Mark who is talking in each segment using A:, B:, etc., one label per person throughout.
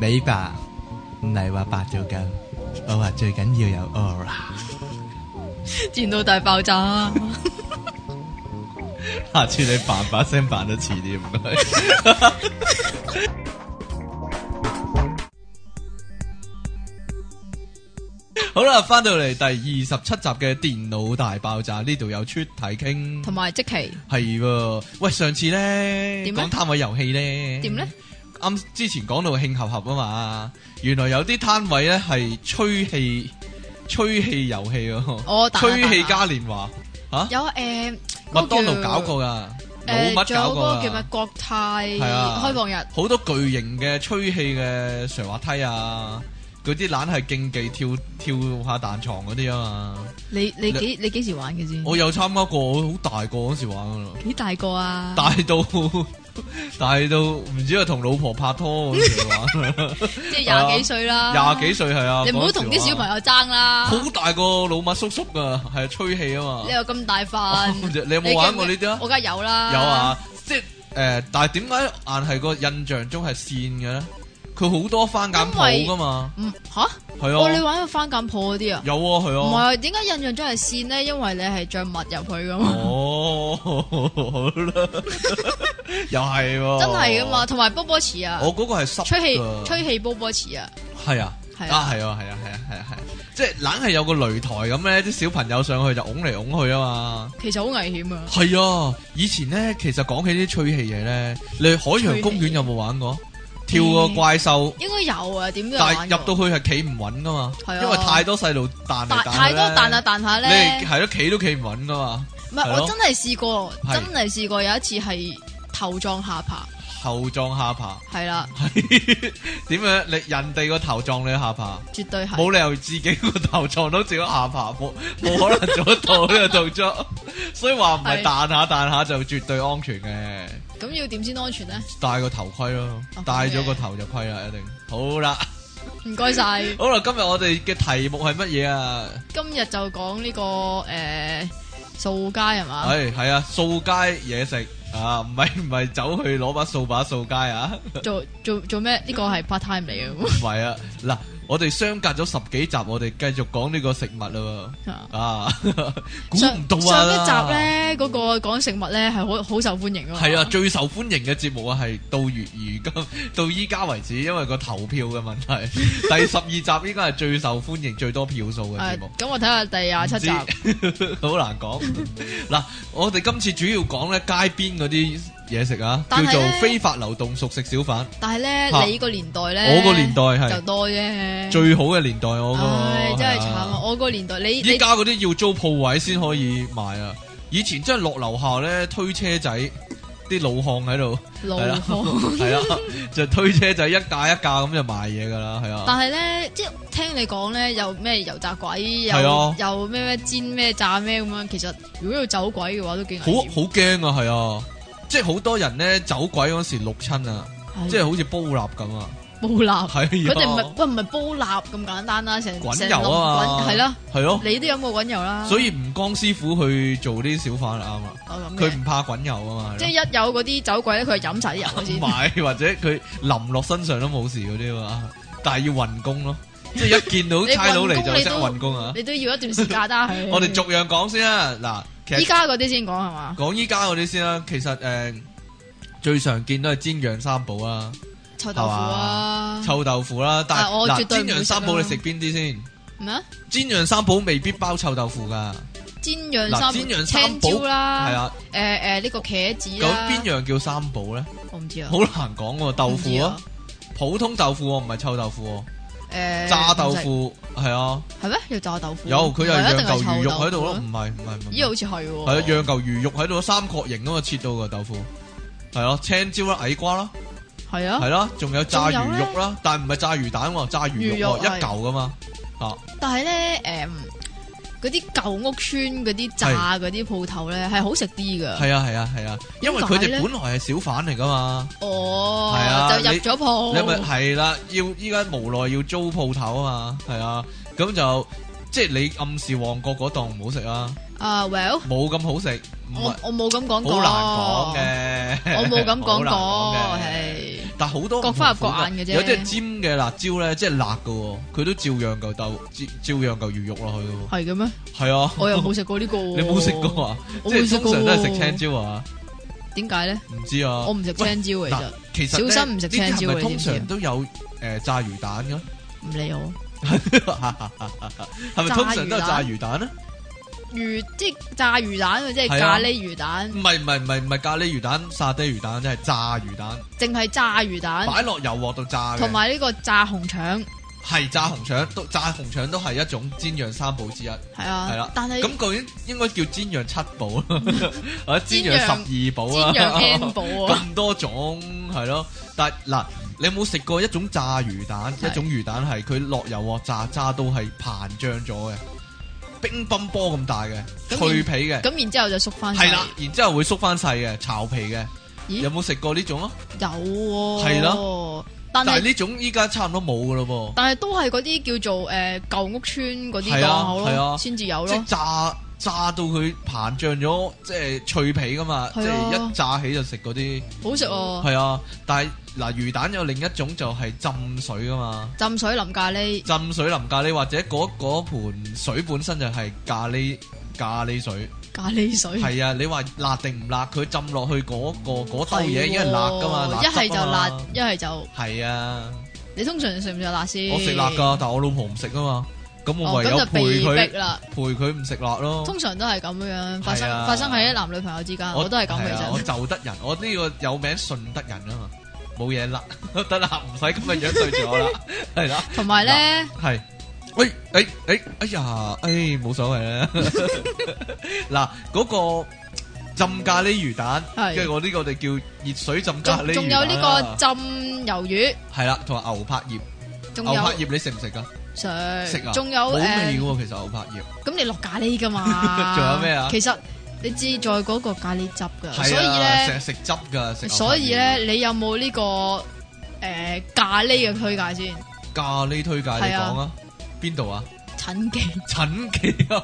A: 你白唔係話白做緊，我話最緊要有 aura。
B: 電腦大爆炸，
A: 下次你扮把聲扮得似啲唔該。 好啦，翻到嚟第二十七集嘅電腦大爆炸，呢度有出體傾。
B: 同埋即期
A: 系喎，喂，上次咧
B: 點咧
A: 講攤位遊戲咧，
B: 點咧？
A: 啱之前講到慶合合啊嘛，原來有啲攤位咧係吹氣吹氣遊戲
B: 哦
A: 喎，
B: 打
A: 吹氣
B: 打
A: 嘉年華吓，
B: 有誒
A: 麥當勞
B: 嗰個叫
A: 搞過噶，老
B: 誒，
A: 乜
B: 仲有
A: 搞
B: 嗰
A: 過
B: 個叫咩
A: 㗎，
B: 國泰
A: 係啊
B: 開放日，
A: 好多巨型嘅吹氣嘅斜滑梯啊，嗰啲懶係競技跳跳下彈床嗰啲啊嘛，
B: 你你幾你幾時玩嘅先？
A: 我有參加過，我好大個嗰時玩噶啦。
B: 幾大個啊？
A: 大到大到唔知係同老婆拍拖嗰時 玩，啊
B: 即係廿幾歲啦，
A: 廿幾歲係啊，
B: 你唔好同啲小朋
A: 友
B: 友爭啦。
A: 好大個老麥叔叔噶，係吹氣啊嘛
B: 你。又咁大份，
A: 你有冇玩過呢啲啊？
B: 我梗係有啦。
A: 有，啊，即係誒，但係點解硬係個印象中係線嘅咧？佢好多翻簡譜噶嘛，
B: 唔吓？哦，
A: 係
B: 你
A: 啊，
B: 玩個翻間鋪嗰啲啊？
A: 有啊，係
B: 唔
A: 啊。
B: 係，點解印象中係線咧？因為你係着襪入去噶嘛，
A: 哦，好啦， 又係喎，
B: 真係噶嘛。同埋波波池啊，
A: 我嗰個係濕
B: 吹氣
A: 㗎
B: 吹氣波波池啊，
A: 係啊，
B: 係
A: 啊
B: 啊
A: 係啊係啊係啊係啊係啊，即係硬係有個擂台咁咧，啲小朋友上去就拱嚟拱去啊嘛。
B: 其實好危險啊。
A: 係啊，以前咧其實講起啲吹氣嘢咧，你去海洋公園有冇玩過？跳個怪獸，
B: 應該有啊，點都有
A: 但係
B: 玩
A: 入
B: 過
A: 到去係企唔穩噶嘛，
B: 係啊
A: 因為太多細路彈嚟
B: 但
A: 彈去
B: 太多
A: 咧
B: 彈下彈下
A: 你
B: 咧
A: 係，係咯企都企唔穩噶嘛，
B: 唔
A: 係
B: 係
A: 咯
B: 我真係試過，
A: 係
B: 真係試過有一次係頭撞下巴，
A: 頭撞下巴，
B: 係啦，
A: 係點樣？你人哋個頭撞你下巴。
B: 絕對係。
A: 冇理由自己個頭撞到自己下巴，冇冇可能做得到呢個動作， 所以話唔係
B: 係
A: 彈下彈下就絕對安全嘅。
B: 咁要點先安全咧？
A: 戴個頭盔咯
B: 哦，
A: 戴咗個頭就盔啦，一定。好啦，
B: 唔該 晒。
A: 好啦，今日我哋嘅題目係乜嘢啊？
B: 今日就講呢、個誒掃街係嘛？
A: 係係啊，掃街嘢食啊，唔係唔係走去攞把掃把掃街啊，
B: 做做做咩？呢、個係 part time 嚟嘅
A: 唔係啊。嗱，我哋相隔咗十幾集，我哋繼續講呢個食物啦
B: 喎。啊
A: 喎。啊， 估
B: 上
A: 唔到
B: 上一
A: 啊！
B: 集咧，嗰、個講食物咧係好好受歡迎啊嘛。
A: 系啊，最受歡迎嘅節目啊，係到如如今 到依家為止，因為個投票嘅問 題，第十二集應該係最受歡迎、最多票數嘅節
B: 誒
A: 目。
B: 咁我睇下第廿啊七集
A: 唔知 好難講。嗱，我哋今次主要講咧街邊嗰啲嘢食啊，叫
B: 但係
A: 做
B: 呢
A: 非法流動熟食小販，
B: 但係咧，
A: 嚇
B: 你個年代咧，
A: 我個年代係
B: 就多啫。
A: 最好嘅年代我
B: 唉，
A: 個。
B: 真係慘
A: 係
B: 啊！！我個年代，你
A: 依
B: 你
A: 家嗰啲要租鋪位先可以賣啊，以前真係落樓下咧推車仔，啲老漢喺度。
B: 老
A: 係啦
B: 火，
A: 系啊，就推車仔一架一架咁就賣嘢噶啦，係啊，
B: 但係咧，即係聽你講咧，有咩油炸鬼，
A: 係啊
B: 又又咩咩煎咩炸咩咁樣。其實如果要走鬼嘅話，都幾危
A: 好
B: 險。
A: 好驚啊，係啊，即係好多人咧走鬼嗰時六親啊，
B: 係
A: 即係好似煲蠟咁啊，
B: 煲蠟，
A: 係啊
B: 嗯佢哋唔係喂唔係煲蠟咁簡單啦，成
A: 滾
B: 成
A: 油啊
B: 冧滾
A: 嘛，
B: 係啦，，
A: 係咯，
B: 你都飲過滾油啦，
A: 所以吳江師傅去做呢啲小販就啱啦，
B: 哦咁
A: 佢
B: 嘅，
A: 唔怕滾油啊嘛，
B: 即係一有嗰啲酒鬼咧，佢係飲晒啲油 先，
A: 買或者佢淋落身上都冇事嗰啲啊嘛，但係要運功咯，即係一見到
B: 你運
A: 差佬嚟
B: 功
A: 就
B: 你
A: 識
B: 都
A: 運功啊，
B: 你都要一段時間啦。係
A: 我哋逐樣講先啦，嗱，
B: 依
A: 其實。
B: 家嗰啲先講係嘛，
A: 講依家嗰啲先啦，其實誒、呃最常見都係煎釀三寶啊、
B: 臭豆腐啊，
A: 臭豆腐啦、但
B: 但係我
A: 嗱
B: 絕對
A: 煎
B: 唔會
A: 釀三寶
B: 食啊
A: 你
B: 啦
A: 食邊啲先？
B: 咩啊
A: 煎釀三寶未必包臭豆腐噶，
B: 煎釀
A: 嗱
B: 三
A: 煎
B: 寶
A: 釀三
B: 青
A: 寶
B: 椒啦，
A: 係啊，
B: 誒誒呢個茄子
A: 咁
B: 啦，
A: 邊樣叫三寶咧？
B: 我唔知啊，
A: 好難講喎，豆腐啊，普通豆腐喎，唔係臭豆腐
B: 唔知
A: 喎，
B: 啊，誒
A: 炸豆腐係啊，
B: 係咩？有炸豆腐，
A: 有佢又
B: 唔係一
A: 釀
B: 定
A: 嚿魚
B: 係臭
A: 肉
B: 豆腐
A: 喺度咯，
B: 咩
A: 唔係唔係唔
B: 咦
A: 係，
B: 好似係喎，
A: 係啊，釀嚿魚肉喺度，三角形咁啊切到個豆腐，係咯，青椒啦、矮瓜啦。
B: 係啊
A: 系，啦，仲有炸
B: 仲有
A: 魚
B: 呢
A: 肉啦，但唔係炸魚蛋喎，炸魚肉
B: 魚肉
A: 喎
B: 係
A: 一嚿噶嘛，
B: 但係咧，誒嗰啲舊屋村嗰啲炸嗰啲鋪頭咧，係好食啲噶。
A: 係啊係啊係啊，因為佢哋
B: 點解呢
A: 本來係小販嚟噶嘛，
B: 哦
A: 係啊，
B: 就入咗
A: 你咪
B: 鋪，
A: 係啦，要依家無奈要租鋪頭啊嘛，係啊，咁就即係你暗示旺角嗰檔唔好食啦，
B: 啊，well，
A: 冇咁好食，唔
B: 我我冇咁講過，
A: 係好難講嘅，
B: 我冇咁講
A: 好難講
B: 過，
A: 嘅
B: 係
A: 但好多
B: 各花入各眼嘅啫
A: 有啲係尖嘅辣椒咧，即係辣嘅喎，佢都照樣嚿豆，照照樣嚿魚肉落去嘅
B: 係嘅咩？
A: 喎。係啊，
B: 我又冇食過呢個喎。
A: 你冇食過啊？
B: 我
A: 即
B: 冇
A: 係
B: 食
A: 通
B: 過
A: 常都係食
B: 喎
A: 青椒啊，
B: 點解咧？
A: 唔知啊。
B: 我唔食青椒
A: 喂
B: 其
A: 嗱
B: 實，
A: 其實
B: 小心唔食青椒
A: 呢啲係咪
B: 你知唔
A: 通
B: 知啊
A: 常都有誒炸魚蛋嘅，
B: 唔理我。
A: 係咪通常都係炸魚蛋咧？啊
B: 魚啊即係炸魚蛋，即係
A: 係啊
B: 咖喱魚蛋，
A: 唔係唔係唔係唔係咖喱魚蛋、沙爹魚蛋，即係炸魚蛋，
B: 淨係炸魚蛋，
A: 擺落油鑊度炸嘅。
B: 同埋呢個炸紅腸，
A: 係炸紅腸，都炸紅腸都係一種煎釀三寶之一。
B: 係
A: 係啦
B: 啊。但係
A: 咁究竟應該叫煎釀七寶 啦，或者煎釀十二寶
B: 嗯
A: 啊
B: 煎
A: 啦，
B: 釀 N 寶啊，
A: 咁多種係咯。但係嗱，你有冇食過一種炸魚蛋？
B: 係
A: 一種魚蛋係佢落油鑊炸，炸到係膨脹咗嘅，乒乓波咁大嘅，
B: 咁
A: 脆皮嘅，
B: 咁然之後就縮翻晒
A: 係啦，然之後會縮翻細嘅，巢皮嘅。
B: 咦
A: 有冇食過呢種啊？
B: 有喎，
A: 係
B: 咯，但
A: 但係
B: 係
A: 呢種依家差唔多冇噶咯
B: 但係都係嗰啲叫做誒舊屋村嗰啲
A: 係啊
B: 檔口
A: 係啊
B: 咯，先至
A: 噃，
B: 有
A: 即係
B: 咯，
A: 炸炸到佢膨脹咗，即係脆皮噶嘛，即
B: 係哦啊
A: 係一炸起就食嗰啲。
B: 好食喎，
A: 係啊，但係嗱魚蛋有另一種就係浸水噶嘛，
B: 浸水淋咖喱，
A: 浸水淋咖喱或者嗰嗰盤水本身就係咖喱咖喱水，
B: 咖喱水，
A: 係啊，你話辣定唔辣？佢浸落去嗰、個嗰兜
B: 係
A: 嘢已經係辣噶嘛，
B: 喎
A: 辣
B: 哦一係就
A: 汁啊
B: 辣
A: 嘛，
B: 一係就
A: 係啊，
B: 你通常食唔食辣先？
A: 我食辣噶，但我老婆唔食啊嘛，咁我
B: 哦，
A: 唯有
B: 咁就
A: 陪
B: 被
A: 佢
B: 逼啦。
A: 陪佢唔食辣咯。
B: 通常都係咁樣發生
A: 係啊
B: 發生喺啲男女朋友之間，我都係咁嘅
A: 係啊
B: 啫
A: 我。就得人，我呢個有名順德人啊嘛，冇嘢啦， 得啦，唔使咁嘅樣對住我 啦，係啦。
B: 同埋咧，
A: 系，喂，诶、诶、哎呀，诶、冇所謂 啦。嗱，嗰、個浸咖喱魚蛋，
B: 係
A: 跟住我呢個我哋叫熱水浸咖
B: 仲
A: 喱
B: 仲
A: 魚蛋
B: 有
A: 啦
B: 呢個浸魷魚，
A: 係啦，同埋牛柏葉，
B: 仲
A: 牛
B: 有
A: 柏葉你食唔食噶？食哦啊，
B: 上，仲有
A: 好味嘅
B: 誒，
A: 喎，其實牛柏葉
B: 咁你落咖喱噶嘛？
A: 仲有咩啊
B: 其實你志在嗰個咖喱汁噶，所以
A: 係啊，成
B: 咧
A: 日，食汁噶，食牛柏葉
B: 所以咧，你有冇呢個誒咖喱嘅推介先？
A: 咖喱推介你
B: 係啊
A: 講啊，邊度啊？
B: 陳記
A: 陳記 啊，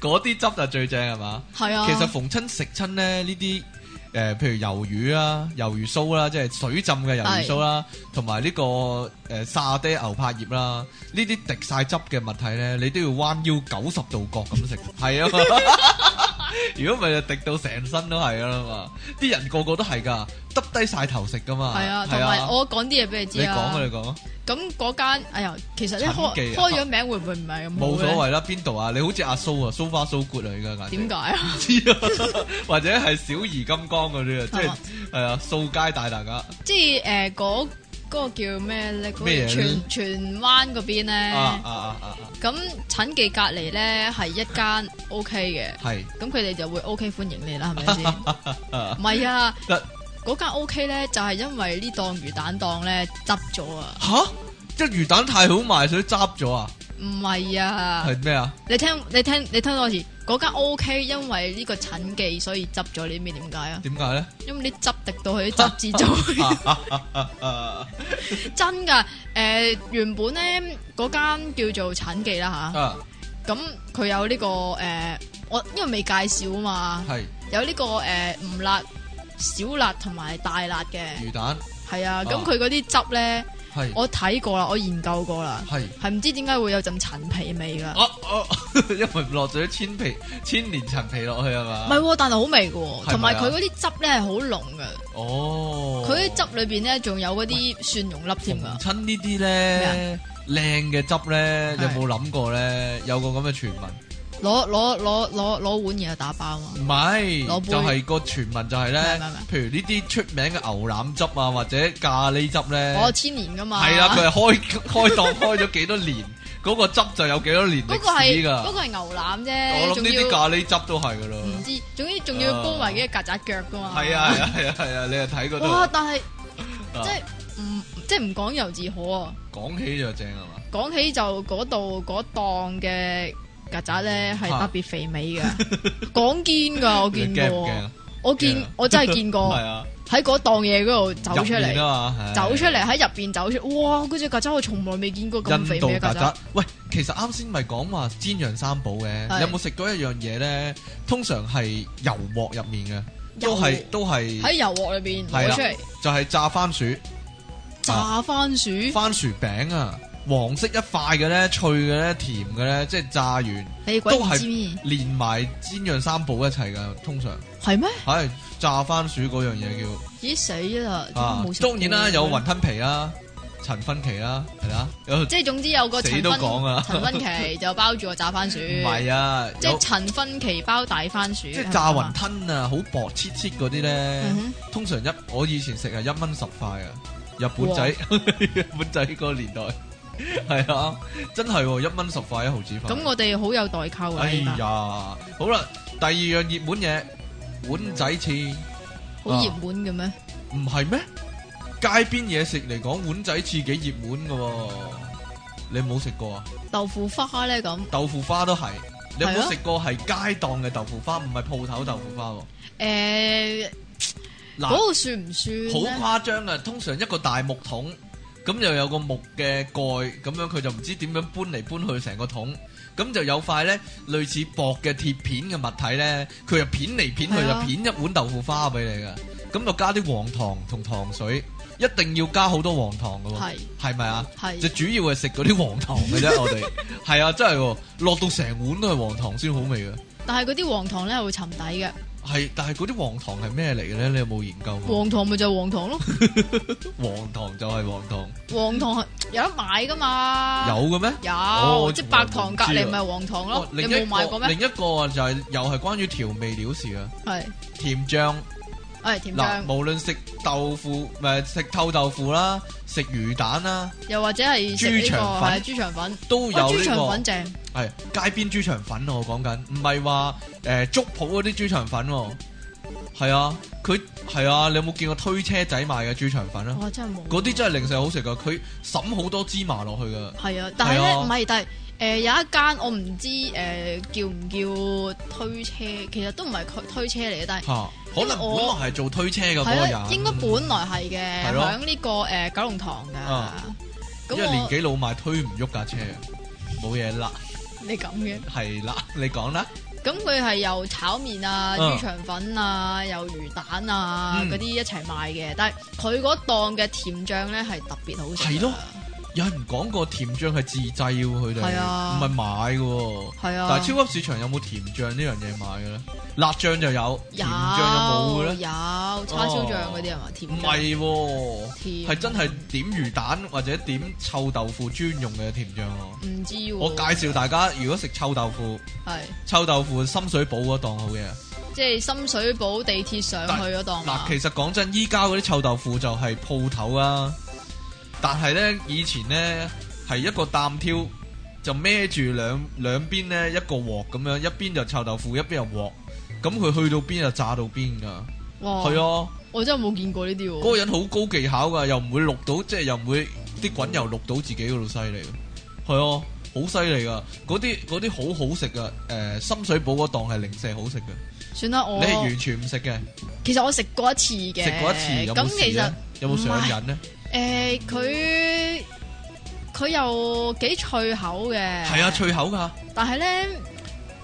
A: 嗰啲汁就最正係嘛？
B: 係啊，
A: 其實逢親食親咧呢啲誒，譬如魷魚啦、魷魚酥啦，即係水浸嘅魷魚酥啦，同埋呢個誒、呃沙爹牛柏葉啦，呢啲滴晒汁嘅物體咧，你都要彎腰九十度角咁食，係啊嘛。 如果唔係就滴到成身都係噶啦嘛，啲人個個都係噶，耷低晒頭食噶嘛。
B: 係啊，同埋我講啲嘢俾你
A: 你
B: 知
A: 講啊，
B: 啊。
A: 你講啊，
B: 咁嗰間，哎呀，其實咧開
A: 陳記
B: 開
A: 啊
B: 咗名會唔會唔係咁好
A: 冇所
B: 咧？
A: 謂啦，邊度啊？你好似阿蘇啊，so far so good 啊，而家簡直
B: 點。解啊？
A: 知啊，或者係小兒金剛嗰啲啊，即
B: 係
A: 係
B: 嘛
A: 係啊，掃街帶大家
B: 即係誒嗰嗰個叫咩咧？嗰個
A: 咩嘢咧
B: 荃荃灣嗰邊
A: 啊
B: 咧，
A: 啊啊啊啊，
B: 咁陳記隔離咧係一間 O K 嘅，
A: 係
B: 咁佢哋就會 O K 歡迎你啦，係咪先？唔係啊
A: 得，
B: 嗰間 O K 咧就係因為呢檔魚蛋檔咧執咗啊，
A: 吓，即係魚蛋太好賣，所以執咗啊，
B: 唔係啊，
A: 係咩啊？
B: 你聽你聽你聽多次，嗰間 O K 因為呢個陳記所以執咗，你知唔知點解啊？
A: 點解咧？
B: 因為啲汁滴到去啲雜誌 度。
A: 啊
B: 真噶，誒、原本咧嗰間叫做陳記啦
A: 啊，
B: 吓，咁佢有呢、個誒、我因為未介紹啊嘛，
A: 係
B: 有呢、個誒唔、呃辣、小辣同埋大辣嘅，
A: 魚蛋，
B: 係啊，咁
A: 啊
B: 佢嗰啲汁咧，
A: 係
B: 我睇過啦，我研究過啦，
A: 係。
B: 係唔知點解會有陣陳皮味噶，
A: 哦哦，因為落咗千皮千年陳皮落去係
B: 唔
A: 嘛？
B: 係喎，但係好味嘅喎，
A: 係啊
B: 同埋
A: 咪啊
B: 佢嗰啲汁咧係好濃嘅，
A: 哦，
B: 佢啲汁裏邊咧仲有嗰啲蒜蓉粒添
A: 逢
B: 噶，
A: 親呢啲咧靚嘅汁咧，你有冇諗過咧？有個咁嘅傳聞。
B: 攞攞攞攞攞碗嘢去打包啊嘛，
A: 唔係，
B: 攞杯
A: 就係個傳聞就係咧
B: 咩咩咩，
A: 譬如呢啲出名嘅牛腩汁啊，或者咖喱汁咧，
B: 我千年噶嘛，
A: 係啦，佢係開 開檔開咗幾多年，嗰個汁就有幾多年
B: 嗰個係
A: 歷史
B: 嗰
A: 噶。
B: 個係牛腩
A: 我
B: 啫，
A: 諗
B: 仲
A: 呢啲
B: 要
A: 咖喱汁都係噶啦。
B: 唔知，總之仲要煲埋幾隻曱甴腳噶嘛。
A: 係啊係啊係啊係啊，你係睇嗰
B: 哇！
A: 度
B: 但係
A: 啊
B: 即係唔即係唔講猶自可啊！
A: 講起就正係嘛？
B: 講起就嗰度嗰檔嘅曱甴咧係
A: 嚇
B: 特別肥美 嘅，講堅㗎我
A: 你
B: 見
A: 驚唔
B: 過
A: 驚，啊？
B: 我
A: 驚
B: 見
A: 啊
B: 我真係見過
A: 係啊，
B: 喺嗰檔嘢嗰度走出
A: 入面
B: 嚟，
A: 啊嘛，係
B: 走出嚟喺入邊走出，哇！嗰只曱甴我從來未見過咁肥
A: 印度
B: 美嘅
A: 曱
B: 曱甴
A: 甴，，喂，其實啱先咪講話煎釀三寶嘅，
B: 係
A: 你有冇食到一樣嘢咧？通常係油鑊入面嘅，都係都係
B: 喺油鑊裏边
A: 係啊
B: 攞
A: 啦
B: 出嚟
A: 就係炸番薯、
B: 炸番薯，
A: 番薯餅啊，黃色一塊嘅咧，脆嘅咧，甜嘅咧，即係炸完
B: 你鬼
A: 都
B: 唔
A: 係
B: 知咩？
A: 連埋煎釀三寶一齊噶，通常
B: 係咩？
A: 係炸番薯嗰樣嘢叫。
B: 咦死啦！
A: 啊
B: 冇食，過
A: 當然啦，有雲，吞皮啦、陳芬奇啦，係啦，有唔
B: 即係總之有個
A: 死
B: 陳
A: 都
B: 芬
A: 講啊
B: 陳芬奇就包住個炸番薯，
A: 係啊，
B: 即
A: 有
B: 係陳芬奇包大番薯，
A: 即係
B: 係
A: 炸
B: 嘛
A: 雲吞啊，好薄切切嗰啲咧
B: 嗯哼，
A: 通常一我以前食係一蚊十塊啊，日本仔 日本仔嗰個年代係啊，真係喎一蚊十塊一毫子飯。
B: 咁我哋好有代溝啊！
A: 哎
B: 依家
A: 呀，好啦，第二樣熱門嘢碗仔翅，唔啊
B: 好熱門嘅咩？
A: 係咩？街邊嘢食嚟講，碗仔翅幾熱門噶喎，你冇食過啊？
B: 豆腐花咧咁，
A: 豆腐花都係，你有
B: 係咯
A: 冇食過係街檔嘅豆腐花，唔係鋪頭豆腐花喎？
B: 誒嗰
A: 嗱，
B: 個算唔算咧？
A: 好誇張啊！通常一個大木桶，咁又有個木嘅蓋，咁樣佢就唔知點樣搬嚟搬去成個桶，咁就有塊咧類似薄嘅鐵片嘅物體咧，佢就片嚟片去
B: 係啊
A: 就片一碗豆腐花俾你噶，咁就加啲黃糖同糖水，一定要加好多黃糖噶喎
B: 係，
A: 係咪啊？就
B: 係
A: 主要係食嗰啲黃糖 嘅啫，我哋係啊，真係喎落到成碗都係黃糖先好味嘅。
B: 但係嗰啲黃糖咧會沉底嘅，
A: 系，但系嗰啲黃糖係咩嚟嘅咧？你有冇研究過？
B: 黃糖咪就係 黃糖咯，
A: 黃糖就係黃糖，
B: 黃糖係有得買噶嘛？
A: 有嘅咩？
B: 有
A: 哦
B: 即係白糖隔離
A: 我唔知啊
B: 咪黃糖
A: 哦
B: 咯，你
A: 另
B: 冇
A: 一
B: 買過
A: 個
B: 咩
A: 另？一個就係又係關於調味料事啊，
B: 係
A: 甜醬
B: 係甜
A: 嗱，
B: 醬，
A: 無論食豆腐咪食透豆腐啦，食魚蛋啦，
B: 又或者係食呢
A: 豬
B: 個
A: 腸粉
B: 係豬腸粉，
A: 都
B: 哇！
A: 有
B: 哦豬
A: 呢
B: 腸粉
A: 個
B: 正，
A: 係街邊豬腸粉啊我講緊，唔係話诶粥鋪嗰啲豬腸粉喎，係啊，佢係啊，你有冇見過推車仔賣嘅豬腸粉啊？
B: 哇！真係冇，
A: 嗰啲真係零食好食噶，佢揼好多芝麻落去噶。
B: 係啊，但係
A: 係
B: 咧
A: 啊
B: 唔係，但係。誒、有一間我唔知誒、叫唔叫推車，其實都唔係推推車嚟嘅，但係
A: 吓，可能本來係做推車嘅嗰個
B: 係啊，
A: 人，
B: 應該本來係嘅，
A: 係咯
B: 喺呢個誒九龍塘
A: 啊
B: 㗎。
A: 因為年
B: 咁
A: 紀老邁推唔喐架車，啊冇嘢啦，
B: 我你咁嘅，
A: 係啦，你講啦，
B: 咁佢係又炒麵啊、
A: 嗯
B: 豬腸粉啊、又魚蛋啊
A: 嗯
B: 嗰啲一齊賣嘅，但係佢嗰檔嘅甜醬咧係特別好食。啊
A: 係咯，有人講過甜醬係自製喎，佢哋
B: 係啊
A: 唔係買嘅喎。
B: 係啊。
A: 但係超級市場有冇甜醬呢樣嘢買嘅咧？辣醬就有，
B: 有
A: 甜醬就冇嘅
B: 有
A: 咧。
B: 叉燒醬嗰啲係嘛？甜
A: 唔
B: 醬
A: 係喎，
B: 甜
A: 係真係點魚蛋或者點臭豆腐專用嘅甜醬喎。
B: 唔知喎。
A: 我介紹大家，如果食臭豆腐，
B: 係
A: 臭豆腐深水埗嗰檔好嘢。
B: 即係深水埗地鐵上去嗰檔啊嘛
A: 嗱，其實講真，依家嗰啲臭豆腐就係鋪頭啊，但係呢，以前呢，係一個擔挑，就孭住兩兩邊呢一個鑊咁樣，一邊就臭豆腐，一邊就鑊，咁佢去到邊就炸到邊噶，
B: 哇！
A: 係啊，
B: 我真係冇見過呢啲
A: 嗰個
B: 喎。
A: 人好高技巧噶，又唔會錄到，即係又唔會啲滾油錄到自己嗰度犀利，係啊，好犀利噶，嗰啲嗰啲好好食噶，誒、深水埗嗰檔係零舍好食嘅，
B: 算啦，我
A: 你係完全唔食嘅，
B: 其實我食過一次嘅，
A: 食過一次有冇
B: 咁
A: 事啊
B: 其實
A: 咧？有冇上癮呢？
B: 誒佢佢又幾脆口嘅，
A: 系啊，脆口噶，
B: 但係咧，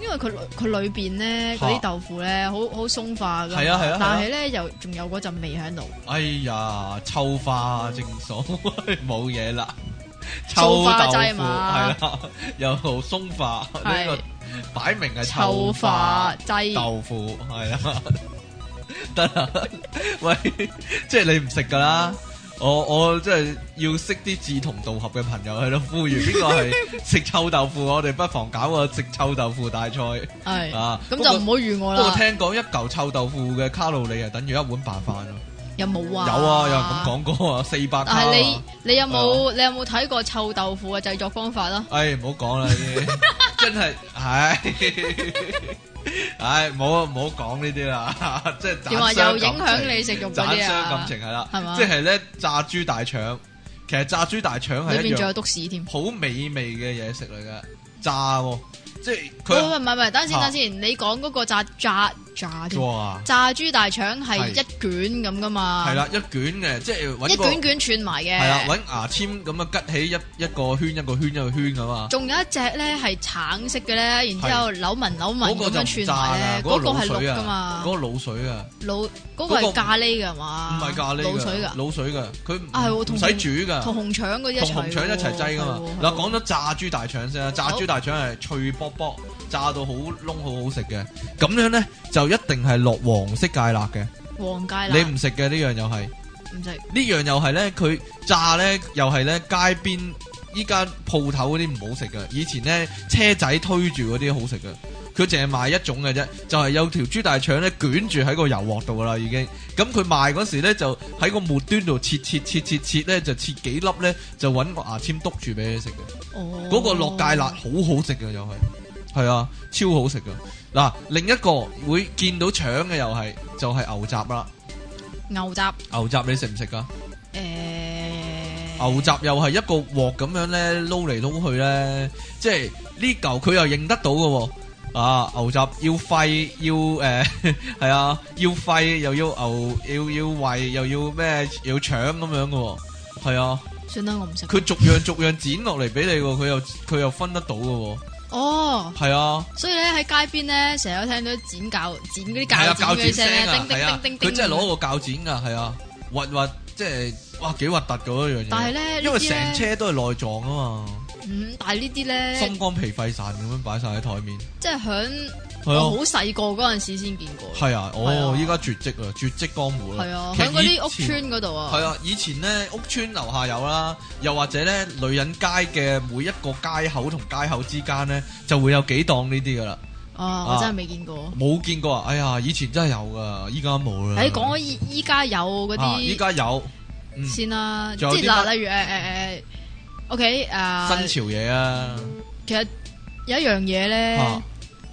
B: 因為佢裏佢裏邊咧
A: 嚇
B: 嗰啲豆腐咧，好好鬆化㗎嘛，
A: 係啊係啊係啊
B: 但係咧又仲有嗰陣味喺度，
A: 哎呀，臭化正所 謂冇嘢啦，
B: 臭
A: 臭
B: 化
A: 豆腐
B: 劑
A: 係
B: 嘛
A: 啦，又鬆化呢
B: 係
A: 個擺明係
B: 臭化
A: 化
B: 劑，
A: 豆腐係啊，得啦，喂，即係你唔食噶啦。我我即係要識啲志同道合嘅朋友喺度呼籲，邊個係食臭豆腐，我哋不妨搞個食臭豆腐大賽
B: 係
A: 啊！
B: 咁
A: 不
B: 就
A: 過
B: 唔好預我
A: 不過
B: 啦，
A: 聽講一嚿臭豆腐嘅卡路里係等於一碗白飯咯。
B: 有冇
A: 有
B: 啊？
A: 啊，有人咁。講過啊，四百卡
B: 但
A: 啊。
B: 係你你有冇你有冇睇過臭豆腐嘅製作方法啊？
A: 唉，唔好講啦，呢 啲真係，唉，唉，唔好唔好講呢啲啦， 即係斬
B: 你話
A: 傷
B: 啊又影
A: 感
B: 響
A: 情
B: 你食肉嗰
A: 斬
B: 啲
A: 傷
B: 啊
A: 感？情係
B: 係嘛
A: 啦，即係咧炸豬大腸，其實炸豬大腸
B: 裏
A: 係一
B: 邊仲有
A: 樣
B: 篤屎添，
A: 好美味嘅嘢食嚟嘅，炸喎，即係
B: 喂
A: 佢
B: 喂，哦唔係唔係，等陣先
A: 啊
B: 等陣先，你講嗰個炸炸炸添
A: 哇，
B: 炸豬大腸係
A: 係
B: 一卷咁噶嘛？
A: 係啦，一卷嘅，即係
B: 啊一
A: 搵個
B: 卷卷串埋嘅。
A: 係啦，搵牙籤咁啊，吉起一一個圈一個圈一個圈咁啊。
B: 仲有一隻咧係橙色嘅咧，然之後扭紋扭紋
A: 嗰個
B: 咁
A: 就
B: 樣
A: 唔
B: 串
A: 炸
B: 埋
A: 啦，嗰
B: 咧，嗰
A: 個
B: 個
A: 滷
B: 係
A: 水
B: 綠噶
A: 啊，
B: 嘛
A: 嗰，個滷水啊，
B: 滷嗰個
A: 嗰個
B: 係咖喱噶嘛，
A: 唔係咖喱㗎
B: 滷水噶，
A: 滷水啊㗎，佢唔
B: 啊係喎
A: 唔
B: 同
A: 使煮㗎。
B: 同紅腸嗰啲一
A: 同
B: 齊喎，
A: 紅腸一齊擠噶嘛。
B: 係喎
A: 嗱，講咗炸豬大腸先啦，啊炸豬大腸係脆卜卜，炸到好燶，好好食嘅。咁樣咧就一定係落黃色芥辣嘅，
B: 黃芥辣，
A: 你唔食嘅呢樣又係，呢
B: 唔食
A: 樣又係咧，佢炸咧又係咧街邊依家鋪頭嗰啲唔好食嘅，以前咧車仔推住嗰啲好食嘅。佢淨係賣一種嘅啫，就係、有條豬大腸咧捲住喺個油鑊度噶啦，已經。咁佢賣嗰時咧就喺個末端度切切切切切咧，就切幾粒咧，就揾個牙籤篤住俾你食嘅。
B: 哦
A: 嗰個落芥辣好好食嘅又係，係啊，超好食嘅。嗱，另一個會見到腸嘅又係就係、牛雜啦。
B: 牛雜
A: 牛雜你食唔食噶？
B: 誒
A: 牛雜又係一個鑊咁樣咧撈嚟撈去咧，即係呢嚿佢又認得到嘅喎。啊，牛雜要肺要誒 係、啊，要肺又要牛要要胃又要咩要腸咁樣嘅喎，係啊，
B: 算啦，我唔食。
A: 佢逐樣逐樣剪落嚟俾你喎，佢又佢又分得到嘅喎，
B: 哦，
A: 係啊。
B: 所以咧喺街邊咧，成日都聽到剪教剪嗰啲
A: 係啊，
B: 教剪嘅聲咧，
A: 啊
B: 叮叮
A: 係啊
B: 叮叮叮。
A: 佢真係攞個鉸剪噶，係啊，核核即係哇幾核突嗰一樣嘢。
B: 但係咧，
A: 因為
B: 呢啲
A: 成
B: 咧，
A: 車都係內臟啊嘛，
B: 嗯，但係呢啲咧
A: 心，肝脾肺腎咁樣擺晒喺台面，
B: 即係響我
A: 係啊，
B: 好細個嗰陣時先見過。
A: 係啊，
B: 哦係
A: 哦
B: 啊，
A: 依家絕跡啊，絕跡江湖啦，
B: 係啊，
A: 其實
B: 喺嗰啲屋
A: 以前
B: 村嗰度啊。
A: 係啊，以前咧屋村樓下有啦，又或者咧女人街嘅每一個街口同街口之間咧，就會有幾檔呢啲噶啦，
B: 啊，
A: 啊
B: 我真係未見過。
A: 冇見過啊！哎呀，以前真係有噶，依家冇啦。
B: 誒，講開依依家有嗰
A: 啊依
B: 啲
A: 家有，嗯
B: 先啦，即
A: 仲有
B: 係
A: 啲乜
B: 嗱，例如誒誒誒，OK
A: 新
B: 誒，
A: 潮嘢啊，
B: 其實有一樣嘢
A: 啊
B: 咧，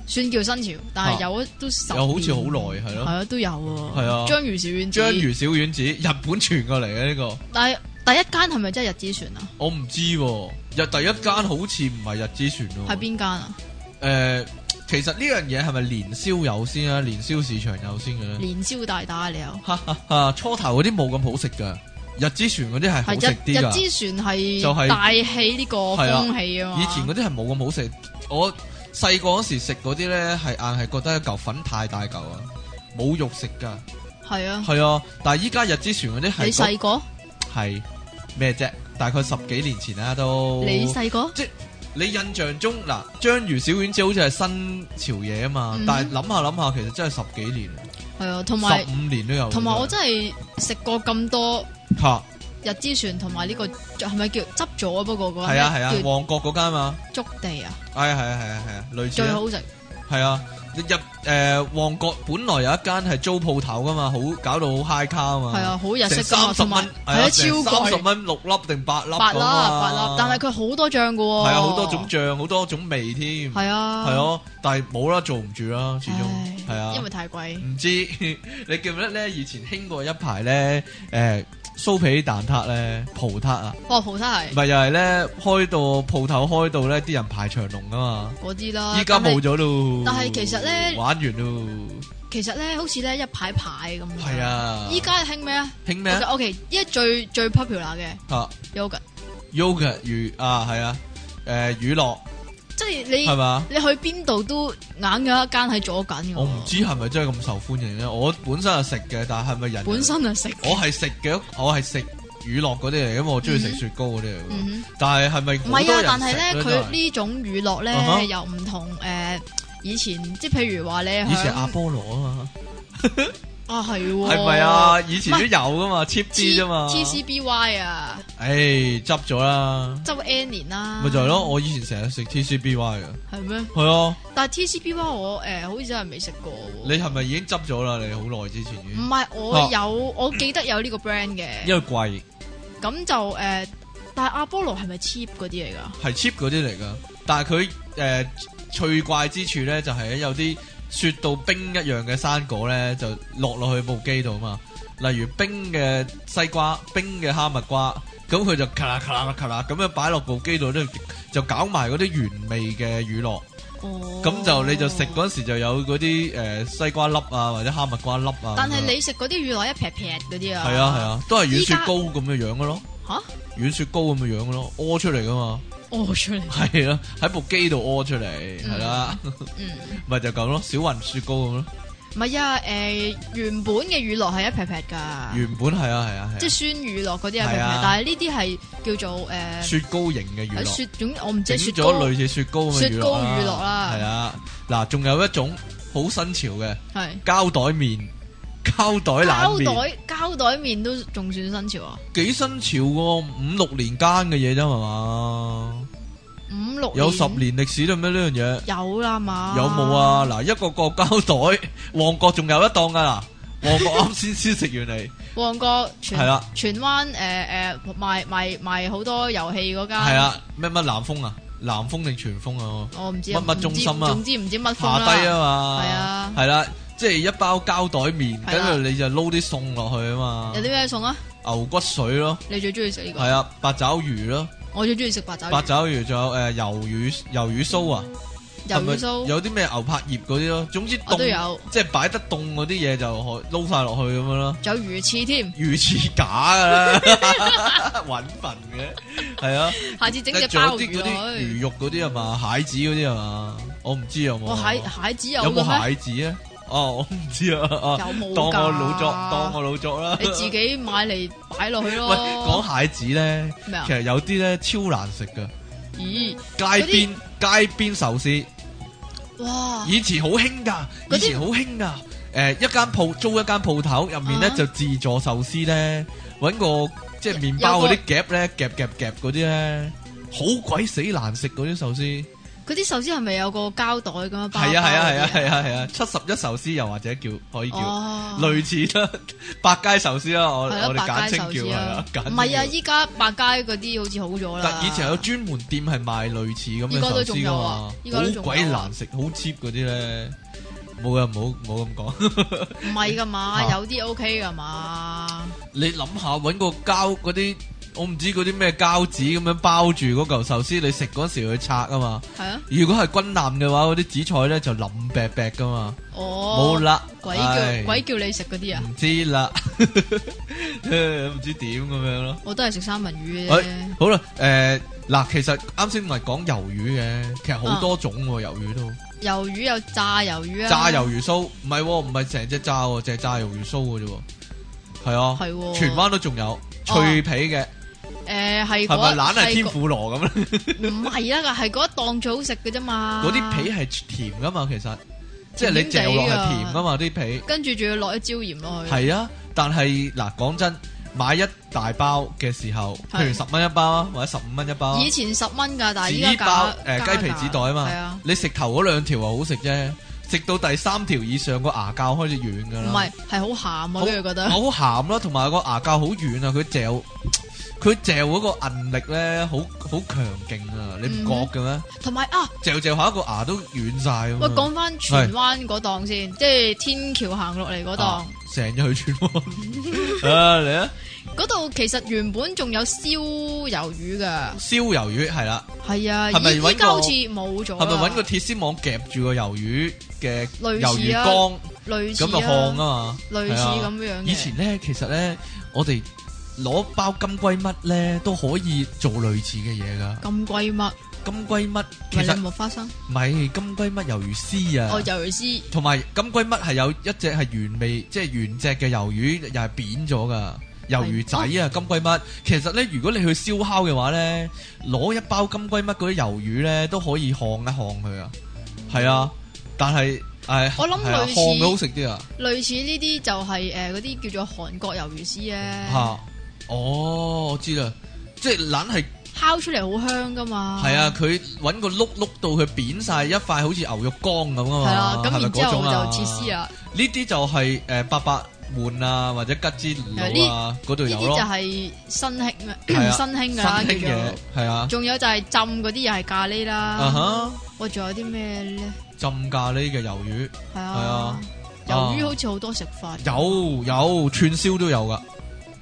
B: 算叫新潮，但
A: 啊
B: 係有都十
A: 又好似好
B: 年
A: 耐係
B: 係
A: 咯，
B: 啊，都有喎。
A: 係啊
B: 章魚小丸子
A: 章，魚小丸子日本傳過嚟嘅呢個，
B: 但係第一間係咪真係日之船啊？
A: 我唔知喎。日第一間好似唔係日之船咯，
B: 係？邊間啊？
A: 誒，呃其實呢樣嘢係咪年宵有先啊？年宵市場有先嘅咧？
B: 年宵大打啊你又
A: 哈哈哈！初頭嗰啲冇咁好食噶，日之船嗰啲係好食
B: 係日
A: 啲
B: 日
A: 噶。
B: 之船
A: 就係
B: 係帶起呢個
A: 係啊
B: 風氣啊嘛。
A: 以前嗰啲係冇咁好食，我細個嗰時食嗰啲咧係硬係覺得一嚿粉太大嚿啊，冇肉食噶。
B: 係啊，
A: 係啊，但係依家日之船嗰啲
B: 你
A: 係
B: 細個，
A: 係咩啫？大概十幾年前啦都。
B: 你細個
A: 你印象中嗱，章魚小丸子好似係新潮嘢啊嘛，
B: 嗯
A: 但係諗下諗下，其實真係十幾年，
B: 係啊，同埋
A: 十五年都有。
B: 同埋我真係食過咁多。
A: 吓
B: 日之船同埋呢個係咪叫執咗啊？不過嗰
A: 係啊係啊，
B: 叫
A: 旺角嗰間嘛，
B: 粥地啊，
A: 係啊係啊係啊係啊，類似
B: 最
A: 啊
B: 好食。
A: 係啊，你入誒旺角本來有一間係租鋪頭噶嘛，好搞到好 high 卡啊嘛，
B: 係啊，好日式
A: 成
B: 㗎
A: 三
B: 嘛
A: 十
B: 同
A: 蚊
B: 埋，係啊，超
A: 三十
B: 貴，
A: 蚊六粒定八粒
B: 八粒
A: 咁啊
B: 八粒，但係佢好多醬噶
A: 係
B: 喎，
A: 啊好多種，醬，好多種味添，
B: 係啊，
A: 係，咯，但係冇啦，做唔住啦，始終係啊，
B: 因為太貴，
A: 唔知 你記唔記得咧？以前興過一排咧，誒、酥皮蛋撻咧，葡撻啊，
B: 哦，葡撻係
A: 咪又係咧開到鋪頭開到咧，啲人排長龍啊嘛。
B: 嗰啲啦，
A: 依家冇
B: 但係。
A: 咗咯。
B: 但係其實咧
A: 玩完咯，
B: 其實咧，好似咧一排排咁㗎。
A: 係啊。
B: 依家興咩啊
A: 興咩啊？
B: ？OK，依家最最 popular 嘅
A: 啊
B: yogurt，
A: ，yogurt 魚啊，係啊，誒乳酪
B: 即係你
A: 係嘛？
B: 你去邊度都硬有一間係左緊嘅喎。
A: 我唔知係咪真係咁受歡迎咧。我本身係食嘅，但係咪人
B: 本身就食，
A: 我係食嘅，我係食乳酪嗰啲嚟，因為我中意食
B: 嗯哼
A: 雪糕嗰啲嚟㗎。
B: 嗯哼
A: 但係係咪
B: 唔
A: 好
B: 係
A: 多
B: 啊，
A: 人
B: 但係
A: 食
B: 咧，
A: 真係
B: 佢呢種娛樂咧
A: 啊哈
B: 又唔同誒、呃以前，即係譬如話你
A: 以前阿
B: 響
A: 波羅啊嘛，
B: 啊係喎，
A: 係咪啊？以前都有噶嘛，cheap 啲
B: T
A: 啫嘛。
B: T C B Y 啊，
A: 唉，執咗啦，
B: 周 N 年啦，
A: 咪就係咯。，我以前成日食 TCBY 噶，
B: 係咩？
A: 係啊。
B: 但係 T C B Y 我誒、呃好似真係未食過喎，
A: 你係咪已經執咗啦？你好耐之前已
B: 唔
A: 經，
B: 係
A: 啊
B: 我有，我記得有呢個 brand
A: 因
B: 嘅，
A: 為貴
B: 咁就誒、呃但係阿波羅係咪 cheap 嗰啲嚟㗎？
A: 係 cheap 嗰啲嚟噶，但係佢誒趣怪之處咧，就係有啲雪到冰一樣嘅生果咧，就落落去部機度啊嘛。例如冰嘅西瓜、冰嘅哈密瓜、咁佢就咔啦咔啦咔啦咁樣擺落部機度咧，就搞埋嗰啲原味嘅乳酪。
B: 哦，
A: 咁就你就食嗰時就有嗰啲誒西瓜粒啊，或者哈密瓜粒啊。
B: 但係你食嗰啲乳酪一撇撇嗰啲啊，
A: 係啊係啊，都係軟雪
B: 依家
A: 糕咁嘅樣嘅咯，
B: 啊，
A: 軟雪糕咁嘅樣嘅咯，屙出嚟噶嘛，
B: 吓屙哦出嚟，
A: 係啊，喺部機度屙出嚟，係啦，
B: 嗯，
A: 咪就咁咯，小雲雪糕咁咯，
B: 唔係啊，誒原本嘅乳酪係一撇撇噶，
A: 原本係啊係啊係
B: 即係
A: 啊，
B: 酸乳酪嗰啲係一撇
A: 係啊
B: 撇，但係呢啲係叫做誒
A: 雪糕型嘅乳
B: 喺
A: 酪，
B: 雪，總我唔知
A: 整
B: 雪糕
A: 咗類似雪糕咁嘅
B: 雪糕乳酪啦
A: 係啊，嗱，仲有一種好新潮嘅
B: 係
A: 膠袋麵。膠袋冷
B: 膠
A: 麵
B: 袋膠袋面都仲算新潮啊，
A: 幾新潮喎，五六年間嘅嘢啫係嘛，
B: 五六
A: 有十年歷史啦咩呢樣嘢？
B: 有啦嘛，
A: 有冇啊？？嗱，一個個膠袋，旺角仲有一檔 噶啦，旺角啱先先食完嚟，
B: 旺角荃
A: 係啦
B: 荃灣誒誒賣賣賣好多遊戲嗰間，
A: 係，啊，咩乜南風啊，南風定全風啊？
B: 我唔知
A: 乜乜中心啊
B: 唔知總之唔知乜風
A: 下
B: 啦
A: 低啊嘛，
B: 係啊
A: 係啦，即係一包膠袋麵，
B: 係
A: 跟
B: 啦
A: 住你就撈啲餸落去啊嘛
B: 有，啲咩餸啊？
A: 牛骨水咯，
B: 你最中意食呢
A: 係
B: 個？
A: 啊，八爪魚咯，
B: 我最中意食八爪
A: 八
B: 魚、
A: 爪魚仲有誒魷魚魷魚酥啊，
B: 魷魚
A: 係咪
B: 酥，
A: 有啲咩牛柏葉嗰啲咯，總之
B: 我都
A: 凍，
B: 有，
A: 即係擺得凍嗰啲嘢就可撈晒落去咁樣咯。
B: 仲有魚翅添。
A: 魚翅假噶 啦，揾笨嘅，係啊，
B: 下次整隻
A: 仲
B: 鮑
A: 有啲嗰
B: 魚落
A: 啲魚
B: 去。
A: 肉嗰啲係嘛，蟹子嗰啲係嘛，我唔知有
B: 我
A: 冇，
B: 哦蟹蟹子有
A: 有
B: 嘅
A: 冇蟹
B: 咩？
A: 子啊？哦，我唔知啊，啊
B: 有冇㗎
A: 當我老作，當我老作啦。
B: 你自己買嚟擺落去
A: 啊喂，
B: 咯。
A: 講蟹子咧，
B: 咩啊
A: 其？實有啲咧超難食噶，
B: 咦，
A: 街
B: 嗰啲
A: 邊街邊壽司，
B: 哇！
A: 以前好興噶，
B: 啊嗰
A: 以
B: 啲
A: 前好興噶。誒一間鋪租一間鋪頭，入面咧
B: 啊
A: 就自助壽司咧，揾個即係麵包嗰
B: 有個
A: 啲夾咧，夾夾夾嗰啲咧，好鬼死難食嗰啲壽司。
B: 嗰啲壽司係咪有個膠袋咁樣包？
A: 係啊係啊係啊
B: 包嗰
A: 係
B: 啲
A: 啊係啊，七十一壽司又或者叫可以叫
B: 哦，
A: 類似啦， 百佳壽司啦，我
B: 係咯，
A: 我哋
B: 百
A: 簡稱
B: 佳壽
A: 叫
B: 司
A: 係啦
B: 啊，。
A: 簡稱
B: 唔係啊，
A: 叫
B: 依家百佳嗰啲好似好咗啦。
A: 但以前有專門店係賣類似咁嘅
B: 依家都
A: 壽司
B: 仲
A: 㗎
B: 有啊
A: 嘛，
B: 依家都仲有
A: 好
B: 啊
A: 鬼難食，好 cheap 嗰啲咧。冇啊，冇冇咁講。
B: 唔係噶嘛，
A: 啊
B: 有啲 OK 噶嘛。
A: 你諗下揾個膠嗰啲，我唔知嗰啲咩膠紙咁樣包住嗰嚿壽司，你食嗰時去拆啊嘛。
B: 係啊，
A: 如果係軍艦嘅話，嗰啲紫菜咧就腍白白噶嘛，
B: 哦，
A: 冇啦，
B: 鬼
A: 唉
B: 叫鬼叫你食嗰啲啊！
A: 唔知啦， 唔知點咁樣咯。
B: 我都係食三文魚
A: 喂
B: 嘅，
A: 好啦，誒嗱，其實啱先咪講魷魚嘅，其實好多種喎，魷魚都
B: 魷魚有炸魷魚啊，
A: 炸魷魚酥，唔係喎，唔係成隻炸喎，淨係炸魷魚酥嘅啫喎，係啊，
B: 係喎
A: 荃灣都仲有脆皮嘅，
B: 誒係
A: 係咪
B: 嗰
A: 懶係
B: 係
A: 天
B: 嗰
A: 婦羅咁咧？
B: 唔係啦，係嗰一檔最好食嘅啫嘛。
A: 嗰啲 皮係甜噶嘛，其實即係
B: 啊
A: 你嚼落係甜噶嘛啲皮。
B: 跟住仲要落一椒鹽落去。
A: 係啊，但係嗱講真，買一大包嘅時候，譬如
B: 係
A: 十蚊一包啊，或者十五蚊一包啊，
B: 以前十蚊㗎，但係依家
A: 紙包
B: 價
A: 誒雞皮紙袋啊
B: 係
A: 嘛
B: 啊，，
A: 你食頭嗰兩條啊好食啫，食到第三條以上個牙膠開始軟噶
B: 唔
A: 啦，
B: 係係好鹹啊，
A: 好
B: 跟住覺得
A: 好鹹啦，同埋個牙膠好軟啊，佢嚼佢嚼嗰個韌力咧，好好強勁啊，你唔
B: 嗯
A: 覺嘅咩？
B: 同埋啊，
A: 嚼嚼下一個牙都軟晒咁
B: 喂，
A: 啊。
B: 講翻荃灣嗰檔先，即係天橋行落嚟嗰檔
A: 啊，成日去串 喎啊嚟啊！
B: 嗰度其實原本仲有燒魷魚㗎，
A: 燒魷魚係啦，
B: 係啊，
A: 係咪
B: 依
A: 搵
B: 依家好
A: 個
B: 似冇咗啦，啊
A: 係咪揾個鐵絲網夾住個魷魚嘅魷
B: 類
A: 魚
B: 似啊
A: 缸
B: 類似
A: 咁就烘啊
B: 啊，
A: 嘛？
B: 類似
A: 係啊
B: 咁樣嘅
A: 以前咧，其實咧，我哋攞包金龜乜咧都可以做類似嘅嘢噶。
B: 咁貴乜？
A: 金龜乜其
B: 喂，你有
A: 實
B: 冇花生？
A: 唔係金龜乜魷魚絲
B: 哦，
A: 啊，
B: 魷魚絲
A: 同埋金龜乜係有一隻係原味，即係原隻嘅魷魚又係扁咗噶。魷魚仔啊，金龜乜，其實咧，如果你去燒烤嘅話咧，攞一包金龜乜嗰啲魷魚咧，都可以烘一烘佢啊。係啊，但係誒，
B: 我諗
A: 係啊
B: 類似
A: 烘佢好食啲啊。
B: 類似呢啲就係誒嗰啲叫做韓國魷魚絲咧，
A: 吓，哦，我知啦，即係懶係
B: 烤出嚟好香噶嘛。
A: 係啊，佢揾個碌碌到佢扁晒一塊，好似牛肉乾咁啊
B: 係啊，
A: 嘛，
B: 咁
A: 係咪
B: 然之
A: 嗰
B: 後
A: 種啊
B: 就切絲。啦，
A: 呢啲就係誒八百換啊，或者吉之佬啊嗰度
B: 呢
A: 有
B: 啲
A: 咯
B: 就，係新興啊，新
A: 係啊
B: 興
A: 新
B: 噶啦，
A: 興
B: 叫
A: 嘢
B: 做。
A: 係啊，
B: 仲有就係浸嗰啲又係咖喱
A: 啊
B: 啦
A: 哈，，
B: 我仲有啲咩咧？
A: 浸咖喱嘅魷魚
B: 係
A: 係啊
B: 啊，
A: 啊
B: 魷魚好似好多食法。
A: 有有串燒都有噶，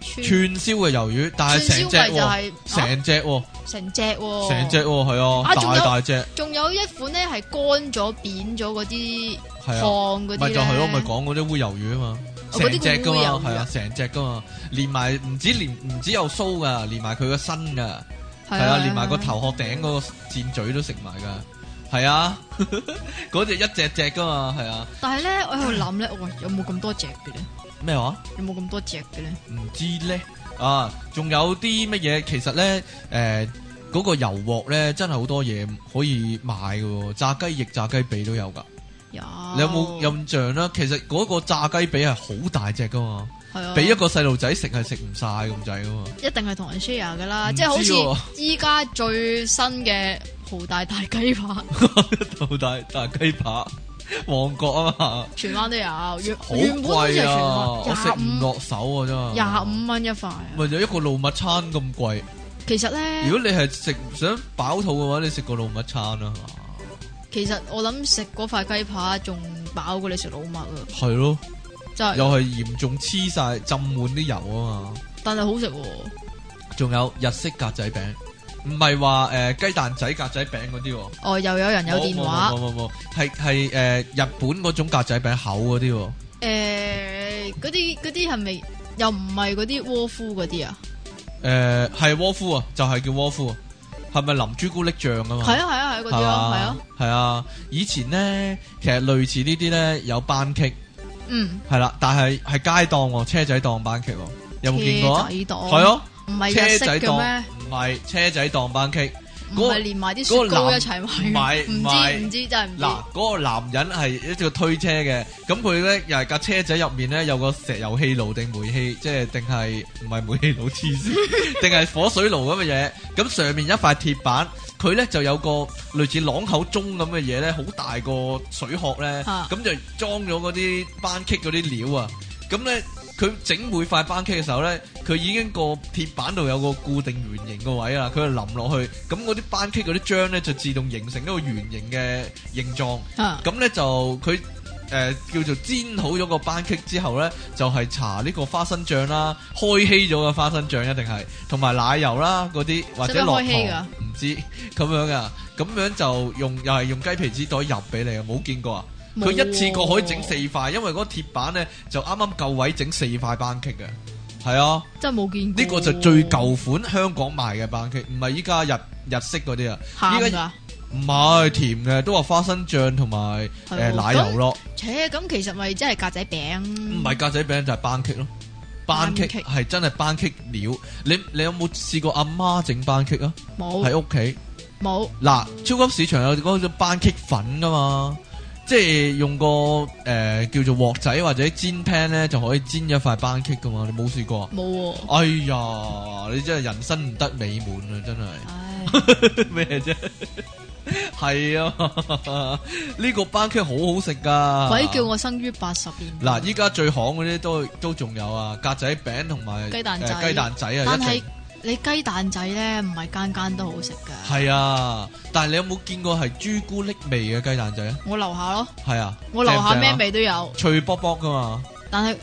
B: 串
A: 串燒嘅魷魚，但係成隻
B: 嗯串燒咪就
A: 喎
B: 係，
A: 成隻喎，
B: 成隻喎，
A: 成隻。喎，係啊，
B: 啊仲
A: 大
B: 有
A: 大隻，
B: 仲有一款咧係乾咗扁咗嗰啲
A: 係啊。
B: 放嗰啲
A: 咪就係
B: 係
A: 咯，咪講嗰啲烏魷魚啊嘛，
B: 哦嗰
A: 成
B: 啲
A: 隻噶
B: 叫烏魷魚
A: 嘛，
B: 啊
A: 係啊，成隻噶嘛，連埋唔止連唔止有鬚噶，連埋佢個身噶，係啊，連埋個。頭殼頂嗰個箭嘴都食埋噶，係啊， 嗰隻一隻隻噶嘛，係啊，
B: 但係咧，我喺度諗咧，喂，有冇咁多隻嘅咧？
A: 咩話？
B: 有冇咁多隻嘅咧？
A: 唔知咧啊，仲有啲乜嘢？其實咧，誒、嗰、個油鑊咧，真係好多嘢可以買嘅喎，炸雞翼、炸雞髀都有噶。
B: 有。
A: 你有冇印象啦？其實嗰個炸雞髀係好大隻噶嘛。
B: 係啊？
A: 俾一個細路仔食係食唔晒咁滯噶嘛，
B: 一定係同人 share 噶啦，
A: 唔
B: 即係
A: 知喎
B: 好似依家最新嘅豪大大雞扒，
A: 到大大雞扒，旺角啊嘛，
B: 荃灣都有，原
A: 好
B: 原本好似係
A: 貴
B: 荃
A: 啊，我食
B: 灣
A: 唔
B: 廿五
A: 落手啊真係。
B: 廿五蚊一塊啊。
A: 咪就一個老麥餐咁貴。
B: 其實咧
A: 如，果你係食想飽肚嘅話，你食個老麥餐啊啦，係嘛
B: 其實我諗食嗰塊雞扒仲飽過你食老麥啊，
A: 係咯，
B: 真係，
A: 又係嚴重黐晒浸滿啲油啊嘛。
B: 但係好食喎。
A: 仲有日式格仔餅，唔係話誒雞蛋仔格仔餅嗰啲喎。
B: 哦，又有人有電話
A: 冇，冇冇冇冇，係係誒日本嗰種格仔餅厚嗰啲喎。
B: 誒，嗰啲嗰啲係咪又唔係嗰啲窩夫嗰啲啊？
A: 诶，系窩夫啊，就係叫窩夫啊，係咪淋朱古力醬啊嘛？
B: 係啊係啊係啊嗰啲啊，係啊
A: 嘛，，係啊。以前咧，其實類似呢啲咧有班戟，
B: 嗯，
A: 係啦，但係係街檔喎，車仔檔班戟喎，有冇見過啊？
B: 車仔檔
A: 係，咯，
B: 唔係日
A: 車
B: 式
A: 仔
B: 嘅
A: 檔
B: 咩？
A: 唔係車仔檔班戟。
B: 唔
A: 嗰個
B: 係連埋啲
A: 嗰個
B: 雪糕
A: 男
B: 一齊
A: 唔
B: 買
A: 係
B: 嘅，
A: 唔係
B: 唔知唔知真係唔
A: 嗱，
B: 知。
A: 嗰個男人係一個推車嘅，咁佢咧又係架車仔入面咧有個石油氣爐定煤氣，即係定係唔係煤氣爐黐線，定係火水爐咁嘅嘢。咁 上面一塊鐵板，佢咧就有個類似朗口鐘咁嘅嘢咧，好大個水殼咧，
B: 啊
A: 咁就裝咗嗰啲班戟嗰啲料啊。咁咧佢整每塊班戟嘅時候咧，佢已經個鐵板度有個固定圓形個位啦，佢就淋落去，咁嗰啲班戟嗰啲漿咧就自動形成一個圓形嘅形狀。
B: 啊
A: 咁咧就佢誒、呃叫做煎好咗個班戟之後咧，就係、搽呢個花生醬啦，開稀咗嘅花生醬一定係，同埋奶油啦嗰啲或者
B: 使唔使
A: 落
B: 開稀㗎
A: 糖，唔知咁樣噶，咁樣就用又係用雞皮紙袋入俾你啊，冇見過啊！佢
B: 冇
A: 一次過可以整四塊，因為嗰個鐵板咧就啱啱夠位整四塊班戟嘅，係啊，
B: 真係冇見過。
A: 呢、個就最舊款香港賣嘅班戟，唔係依家日日式嗰啲啊，
B: 鹹
A: 依
B: 㗎。
A: 唔係甜嘅，都話花生醬同埋誒
B: 係喎
A: 奶油咯。
B: 切，咁其實咪真係格仔餅。
A: 唔
B: 唔
A: 係格仔餅就係班戟咯，班戟
B: 班戟
A: 係真係班戟料。你你有冇試過阿媽整班戟啊？
B: 冇
A: 喺屋企
B: 冇
A: 嗱，超級市場有嗰種班戟粉噶嘛，即係用個誒、呃叫做鑊仔或者煎 pan 咧就可以煎一塊班戟噶嘛，你冇試過啊？
B: 冇喎。
A: 哎呀，你真係人生唔得美滿啊！真係。
B: 唉，
A: 咩啫？系啊，呢個班戟好好食噶。
B: 鬼叫我生於八十年。
A: 啊嗱，依家最行嗰啲都都仲有啊，格仔餅同埋
B: 雞蛋仔
A: 誒雞蛋仔啊，
B: 但
A: 一
B: 係
A: 定
B: 你雞蛋仔咧，唔係間間都好食㗎。
A: 係啊。但係你有冇見過係朱古力味嘅雞蛋仔啊？
B: 我樓下咯，
A: 係啊，
B: 我樓
A: 正唔
B: 下
A: 正
B: 咩
A: 啊？
B: 味都有，
A: 脆卜卜噶嘛，
B: 但係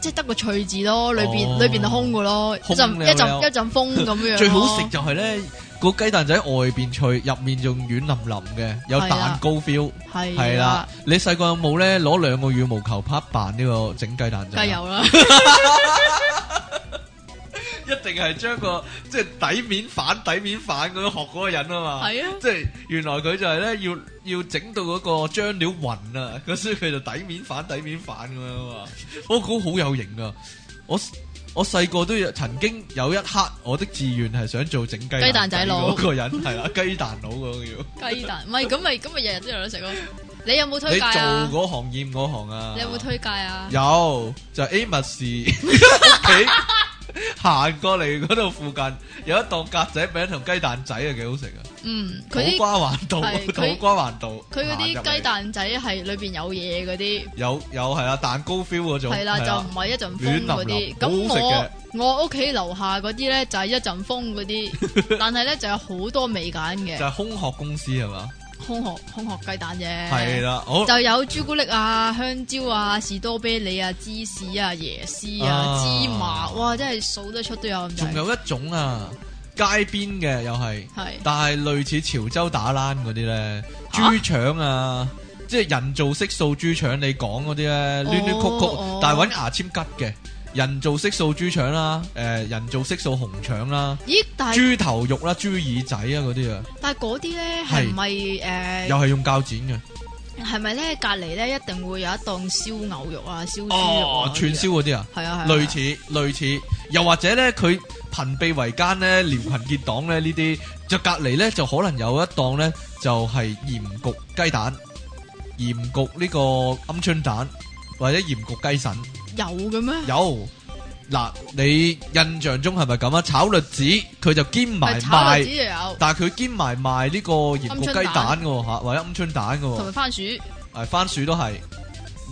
B: 即係得個脆字咯，裏邊
A: 哦
B: 裏邊係空㗎咯，一
A: 空
B: 陣
A: 嘅
B: 一
A: 有
B: 陣一陣風咁樣咯。
A: 最好食就係咧個雞蛋仔外邊脆，入面仲軟淋淋嘅，有
B: 係啊
A: 蛋糕 feel。
B: 係啊
A: 係啦
B: 啦，，
A: 你細個有冇咧攞兩個羽毛球拍扮呢個整雞蛋仔啊？
B: 梗係有 啦。
A: 一定係將個即係底面反底面反咁樣學嗰個人啊嘛。
B: 係啊
A: 即係原來佢就係咧要要整到嗰個漿料勻啊，咁所以佢就底面反底面反咁樣啊嘛。我估好有型啊！我我細個都有曾經有一刻，我的志願係想做整雞
B: 雞蛋仔佬
A: 嗰個人係啦， 雞蛋佬嗰個叫。
B: 鸡蛋，唔系咁咪咁咪日日都有得食咯。你有冇推
A: 你
B: 介
A: 做
B: 啊？
A: 嗰行厭嗰行啊？
B: 你有冇推介啊？
A: 有就 A 密士 屋企行過嚟嗰度附近有一檔格仔餅同雞蛋仔啊，幾好食啊！
B: 嗯，
A: 土
B: 佢啲
A: 瓜灣道，
B: 係佢
A: 土瓜灣道，
B: 佢
A: 行
B: 嗰
A: 入
B: 啲
A: 嚟
B: 雞蛋仔係裏边有嘢嗰啲，
A: 有有係啦，蛋糕 feel 嗰種
B: 係啦，
A: 係啊
B: 就唔係一陣風嗰
A: 亂淋淋
B: 啲。
A: 好好食嘅
B: 咁我我屋企樓下嗰啲 咧就係一陣風嗰啲，但係咧就有好多味揀
A: 就
B: 嘅，
A: 係空殼公司係嘛？
B: 空殼空殼雞蛋啫。
A: 系啦，好
B: 就有朱古力啊、香蕉啊、士多啤梨啊、芝士啊、椰絲啊、
A: 啊
B: 芝麻，哇！真係數得出都有咁
A: 仲
B: 滯。
A: 有一種啊，街邊嘅又係，
B: 係
A: 但係類似潮州打冷嗰啲咧，
B: 嚇
A: 豬腸啊，即係人造色素豬腸，你講嗰啲咧，攣攣曲曲
B: 哦，
A: 但係揾牙籤吉嘅，人造色素豬腸啦，誒人造色素紅腸啦，
B: 咦？但係
A: 豬頭肉啦，豬耳仔啊嗰啲啊，
B: 但係嗰啲咧
A: 係
B: 係咪誒
A: 又？係用鉸剪嘅，
B: 係咪咧？隔離咧一定會有一檔燒牛肉啊、燒豬肉啊
A: 哦，串燒嗰啲啊。
B: 係啊係啊，
A: 類似類似，又或者咧，佢朋比為奸咧，撩群結黨咧，呢啲就隔離咧就可能有一檔咧就係鹽焗雞蛋、鹽焗呢個鵪鶉蛋或者鹽焗雞腎。
B: 啊有嘅咩？
A: 有嗱，你印象中係咪咁啊？炒栗子佢就兼埋
B: 係炒栗
A: 賣，
B: 子又有，
A: 但係佢兼埋賣呢個鹽焗雞
B: 鵪鶉蛋
A: 蛋嘅喎嚇，或者鵪鶉蛋嘅喎
B: 同。埋番薯。
A: 诶，番薯都係，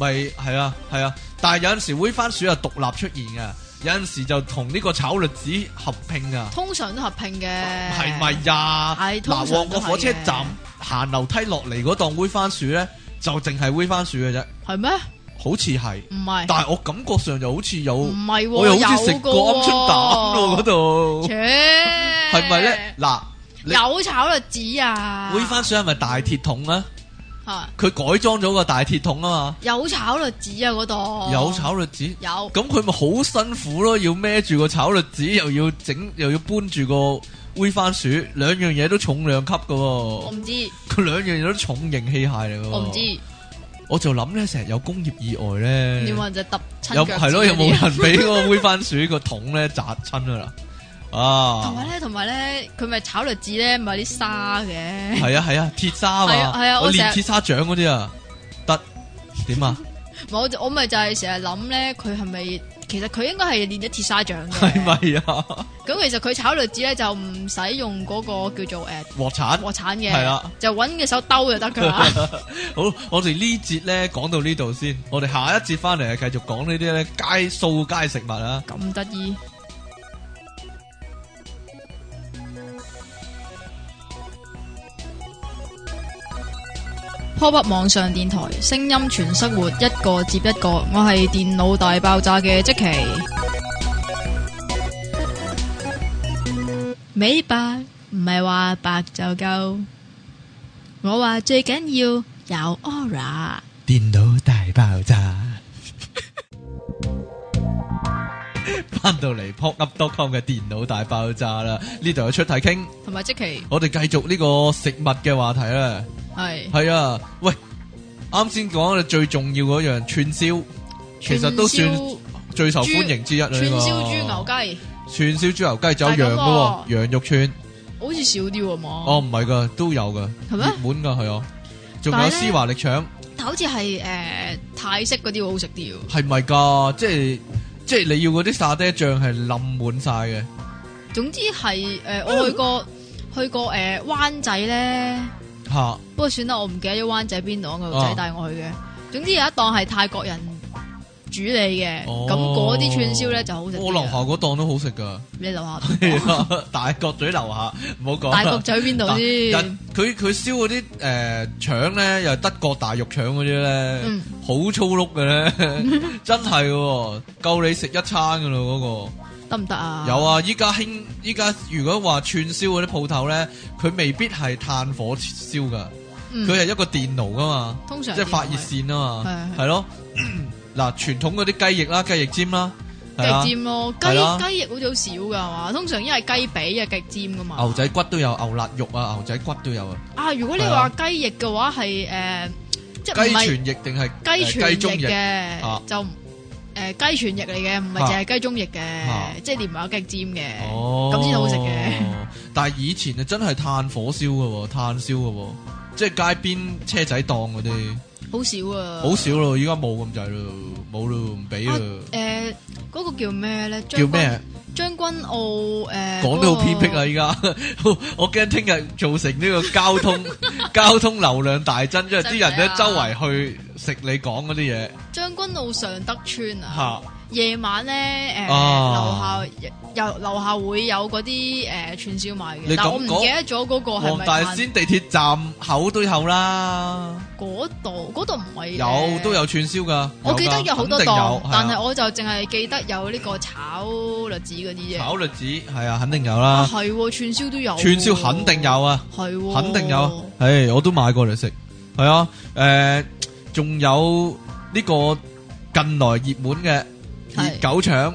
A: 咪係啊係啊，但係有阵时煨番薯又獨立出現噶，有阵时就同呢個炒栗子合拼啊，
B: 通常都合拼嘅，
A: 係咪呀？
B: 係通常
A: 嗱，
B: 都係
A: 旺角火車站行樓梯落嚟嗰檔煨番薯咧，就淨係煨番薯嘅啫，
B: 係咩？
A: 好似係，
B: 唔係，
A: 但係我感覺上就好似有，
B: 唔係喎，
A: 我又好似食
B: 有
A: 過
B: 㗎
A: 鵪鶉蛋喎嗰度，
B: 切，
A: 係
B: 係
A: 咪咧？？嗱，
B: 啊
A: 你
B: 有炒栗子啊，
A: 煨番薯係咪大鐵桶啊？
B: 嚇
A: 佢改裝咗個大鐵桶啊
B: 有炒栗子啊嗰
A: 嘛，
B: 度，
A: 有炒栗子。
B: 有
A: 咁佢咪好辛苦咯，要孭住個炒栗子，又要整，又要搬住個煨番薯，兩樣嘢都重量級噶、
B: 我
A: 喎。
B: 唔知，
A: 佢兩樣嘢都重型器械嚟噶。
B: 我唔知，
A: 我就諗咧，成日有工業意外咧，
B: 有冇人就揼
A: 有
B: 親腳
A: 係咯，
B: 趾
A: 有
B: 嗰
A: 冇
B: 啲啊
A: 人俾嗰個煨番薯個桶咧砸親噶啦？啊
B: 同，埋咧，同埋咧，佢咪炒栗子咧，咪有啲 沙嘅，
A: 係啊係啊，鐵砂啊嘛，
B: 係啊係啊
A: 我
B: 我成
A: 練
B: 日
A: 鐵砂掌嗰啲啊，得點啊？
B: 我就我咪就係成日諗咧，佢係咪其實佢應該係練咗鐵砂掌嘅，
A: 係？咪啊？
B: 咁其實佢炒栗子咧就唔使用嗰個叫做誒
A: 鑊鏟。
B: 鑊鏟嘅，
A: 係啦，
B: 就揾隻手兜就得㗎啦。
A: 好，我哋呢節咧講到呢度先，我哋下一節翻嚟繼續講呢啲咧街掃街食物啊。
B: 咁得意，p o p up 网上电台，声音全生活，一个接一个。我系电脑大爆炸嘅即奇，美白唔系话白就够，我话最紧要有 aura。
A: 電腦大爆炸，翻到嚟 popup.com 嘅電腦大爆炸啦，呢度有出題傾，
B: 同埋即期
A: 我哋繼續呢個食物嘅話題啦。
B: 系
A: 係啊，喂，啱先講嘅最重要嗰樣串燒，其實都算最受歡迎之一啦。
B: 串
A: 呢個
B: 燒豬牛，雞，
A: 串燒豬牛雞仲有羊
B: 係咁
A: 嘅喎，羊肉串。
B: 好似少啲喎嘛。
A: 哦，唔係噶，都有噶，
B: 係咩
A: 熱門噶係啊，仲有
B: 但係呢
A: 絲華力腸，
B: 但好似係誒泰式嗰啲會好食啲喎。
A: 係咪噶？即係即係你要嗰啲沙爹醬係冧滿晒嘅，
B: 總之係誒、呃我去
A: 嗯
B: 過去過誒、呃、灣仔咧，
A: 吓
B: 不過算啦，我唔記得咗灣仔邊檔個仔
A: 哦
B: 帶我去嘅。總之有一檔係泰國人煮你嘅，
A: 哦
B: 咁嗰啲串燒咧就好食啲啊。
A: 我樓下嗰檔都好食 噶，
B: 你樓下
A: 大角咀樓下唔好講啦。
B: 大角咀 邊度
A: 嗱
B: 先
A: 人？佢佢燒嗰啲誒腸咧，又係德國大肉腸嗰啲咧
B: 嗯，
A: 好粗碌嘅 咧，真係嘅喎，夠你食一餐嘅咯嗰個。
B: 得唔得啊？
A: 有啊，依家興依家如果話串燒嗰啲鋪頭咧，佢未必係炭火燒噶，
B: 嗯，
A: 佢係一個電爐噶嘛，
B: 通
A: 即
B: 常
A: 係發熱線啊嘛，
B: 係係
A: 係 咯。嗱，傳統嗰啲雞翼啦、雞翼尖啦，係啊
B: 雞，尖咯，雞
A: 係啊
B: 雞翼好似好少㗎係嘛？通常一係雞髀，一係雞尖㗎嘛。
A: 牛仔骨都有，牛肋肉啊，牛仔骨都有啊，
B: 啊，如果你
A: 係啊
B: 話雞翼嘅話係誒，即
A: 雞
B: 係唔係？
A: 全翼定係
B: 雞
A: 誒
B: 全
A: 雞中
B: 翼
A: 翼？啊
B: 嘅就唔誒雞全翼嚟嘅，唔係
A: 啊
B: 淨係雞中翼
A: 啊
B: 嘅，即係連埋有雞尖嘅，
A: 哦，
B: 咁先好食嘅。。
A: 但係以前啊，真係炭火燒嘅喎，炭燒嘅喎，即係街邊車仔檔嗰啲，
B: 好少啊，
A: 好少咯，依家冇咁滯咯，冇咯，唔俾
B: 啊
A: 咯。
B: 誒嗰個叫咩咧？
A: 叫咩？
B: 將軍？將軍澳誒
A: 講得好偏僻啦！！依家 我驚聽日造成呢個交 通交通流量大增，即係啲人咧
B: 真係啊
A: 周圍去食你講嗰啲嘢
B: 嗰個將軍澳上德村啊，
A: 吓，
B: 夜晚咧，诶、
A: 啊
B: 樓下又樓下會有嗰啲诶串燒賣嘅
A: 你，
B: 但
A: 咁
B: 我唔
A: 講
B: 記得咗嗰個係
A: 黃
B: 咪
A: 大
B: 炭
A: 仙地鐵站口都有啦，
B: 嗰度，嗰度唔係
A: 有都。
B: 誒
A: 有串燒噶。
B: 我記得
A: 㗎
B: 有好多
A: 肯定
B: 檔
A: 有，
B: 但
A: 係啊
B: 係我就淨係記得有呢個炒栗子嗰啲啫。
A: 炒栗子係啊，肯定有
B: 啊
A: 啦，
B: 係喎，串燒都有喎，
A: 串燒肯定有啊。
B: 係喎，
A: 肯定有，唉，我都買過嚟食，係啊，诶、仲有呢個近來熱門嘅
B: 係
A: 熱狗腸，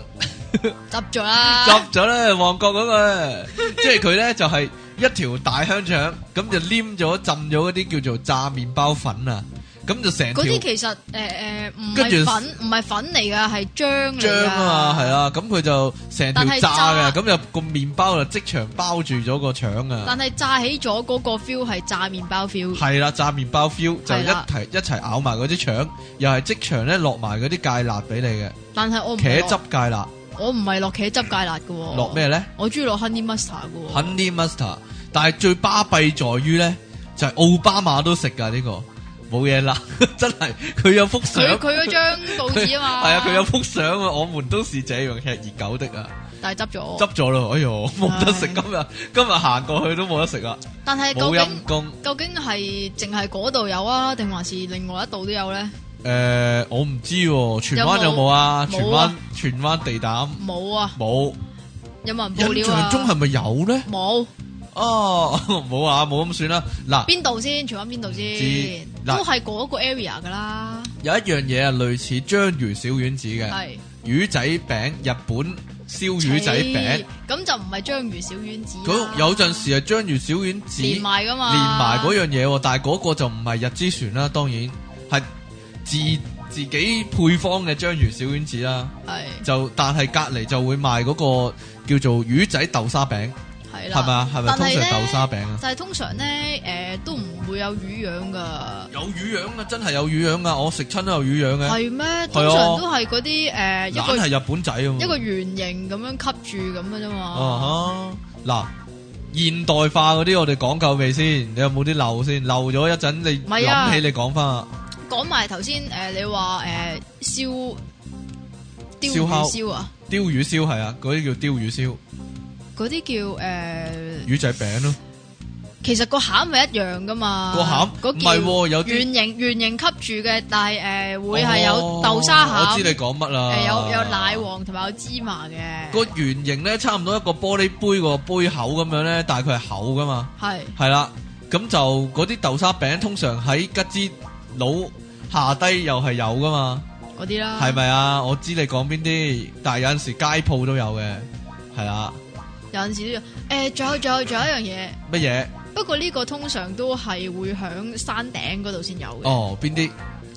B: 執咗啦，
A: 執咗咧旺角嗰個，即係佢咧就係一條大香腸，咁就黏咗浸咗嗰啲叫做炸麵包粉啊，咁就成
B: 嗰
A: 條
B: 啲其實诶诶唔
A: 跟
B: 係
A: 住
B: 粉，唔係粉嚟㗎，係漿嚟
A: 漿啊嘛，係
B: 啊。
A: 啊，咁佢就成條
B: 但係
A: 炸嘅，
B: 炸
A: 咁就個麵包就即場包住咗個腸啊，
B: 但係炸起咗嗰個 feel 係炸麵包 feel，
A: 係啦，炸麵包 feel 就
B: 係
A: 一
B: 啦
A: 齊一齊咬埋嗰啲腸，又係即場咧落埋嗰啲芥辣俾你嘅。
B: 但係我唔啊係
A: 茄汁
B: 落
A: 芥辣
B: 我唔係落茄汁芥辣嘅喎。
A: 落咩？咧
B: 我中意落 honey mustard 嘅喎。
A: ？Honey mustard，但係最巴閉在於咧，就係奧巴馬都食噶呢個，冇嘢啦， 真係佢有幅相，
B: 佢 佢嗰張報紙啊嘛。
A: 係啊，佢有幅相啊，我們都是這樣吃熱狗的啊，
B: 但係執咗。
A: 執咗咯，哎呦，冇得食，
B: 哦唉
A: 今日今日行過去都冇得食啦，
B: 但係究
A: 冇陰
B: 竟
A: 公，
B: 究竟係淨係嗰度有啊，定還是另外一度都有咧？
A: 誒，我唔知喎，荃灣有
B: 有冇
A: 冇啊？荃
B: 冇
A: 灣
B: 啊
A: 荃灣地膽
B: 冇啊，
A: 冇，
B: 有冇人報
A: 印
B: 料
A: 象？
B: 啊
A: 中係咪有咧？
B: 冇
A: 哦， 冇啊，冇咁算啦，嗱。
B: 邊度先？荃灣邊度先
A: 唔？知嗱
B: 都係嗰個 area 噶啦。
A: 有一樣嘢啊，類似章魚小丸子嘅
B: 係
A: 魚仔餅，日本燒魚仔餅
B: 切。咁就唔係章魚小丸子啦。
A: 嗰有陣時係章魚小丸子
B: 連
A: 連
B: 埋噶嘛？
A: 埋嗰樣嘢喎，但係嗰個就唔係日之船啦，當然係自自己配方嘅章魚小丸子啦。
B: 係
A: 就但係隔離就會賣嗰個叫做魚仔豆沙餅，
B: 係啦。
A: 係咪啊？係咪
B: 但
A: 通
B: 係呢
A: 常豆沙餅啊？
B: 但係通常咧，诶、都唔會有魚樣噶，
A: 有魚樣啊，真係有魚樣啊！我食親都有魚樣嘅，
B: 係咩？通常都係嗰啲诶一
A: 啊懶
B: 個
A: 係日本仔啊嘛
B: 一。個圓形咁樣吸住咁嘅啫嘛。
A: 啊哈！嗱，現代化嗰啲我哋講夠未先？你有冇啲漏先？漏咗一陣，你
B: 唔係啊
A: 諗起你講翻啊！
B: 講埋頭先诶，你話诶燒鯛
A: 燒烤
B: 魚燒啊，
A: 鯛魚燒係啊，嗰啲叫鯛魚燒、
B: 嗰啲叫诶、
A: 魚仔餅咯。
B: 其實個餡係一樣噶嘛。
A: 個餡
B: 嗰
A: 唔
B: 叫
A: 係喎有啲
B: 圓形圓形吸住嘅，但係诶、誒會係
A: 哦
B: 有豆沙
A: 我
B: 餡，
A: 知你啊講乜啦。
B: 誒有有奶。黃同埋有芝麻嘅。
A: 個圓形咧，差唔多一個玻璃杯個杯口咁樣咧，但係佢係厚噶嘛，
B: 係
A: 係啦。咁就嗰啲豆沙餅通常喺吉之佬下低又係有噶嘛。
B: 嗰啲啦，
A: 係咪啊？我知你講邊啲，但係有陣時街鋪都有嘅，係啦。
B: 有陣時都要。誒，仲有仲有仲有一樣嘢，
A: 乜嘢？
B: 不過呢個通常都係會響山頂嗰度先有嘅。
A: 哦，邊啲